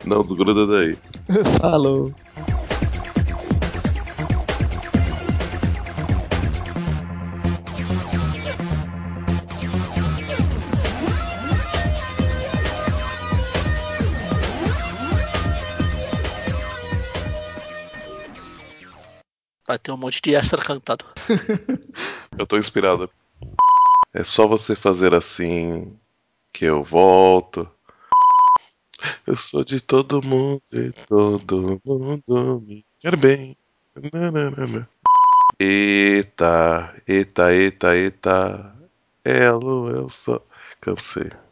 Speaker 3: Não desgruda daí.
Speaker 2: Falou.
Speaker 1: vai ter um monte de extra cantado.
Speaker 3: Eu tô inspirado. É só você fazer assim que eu volto. Eu sou de todo mundo e todo mundo me quer bem. Nananana. Eita, eita, eita, eita. É a lua, eu só. Cansei.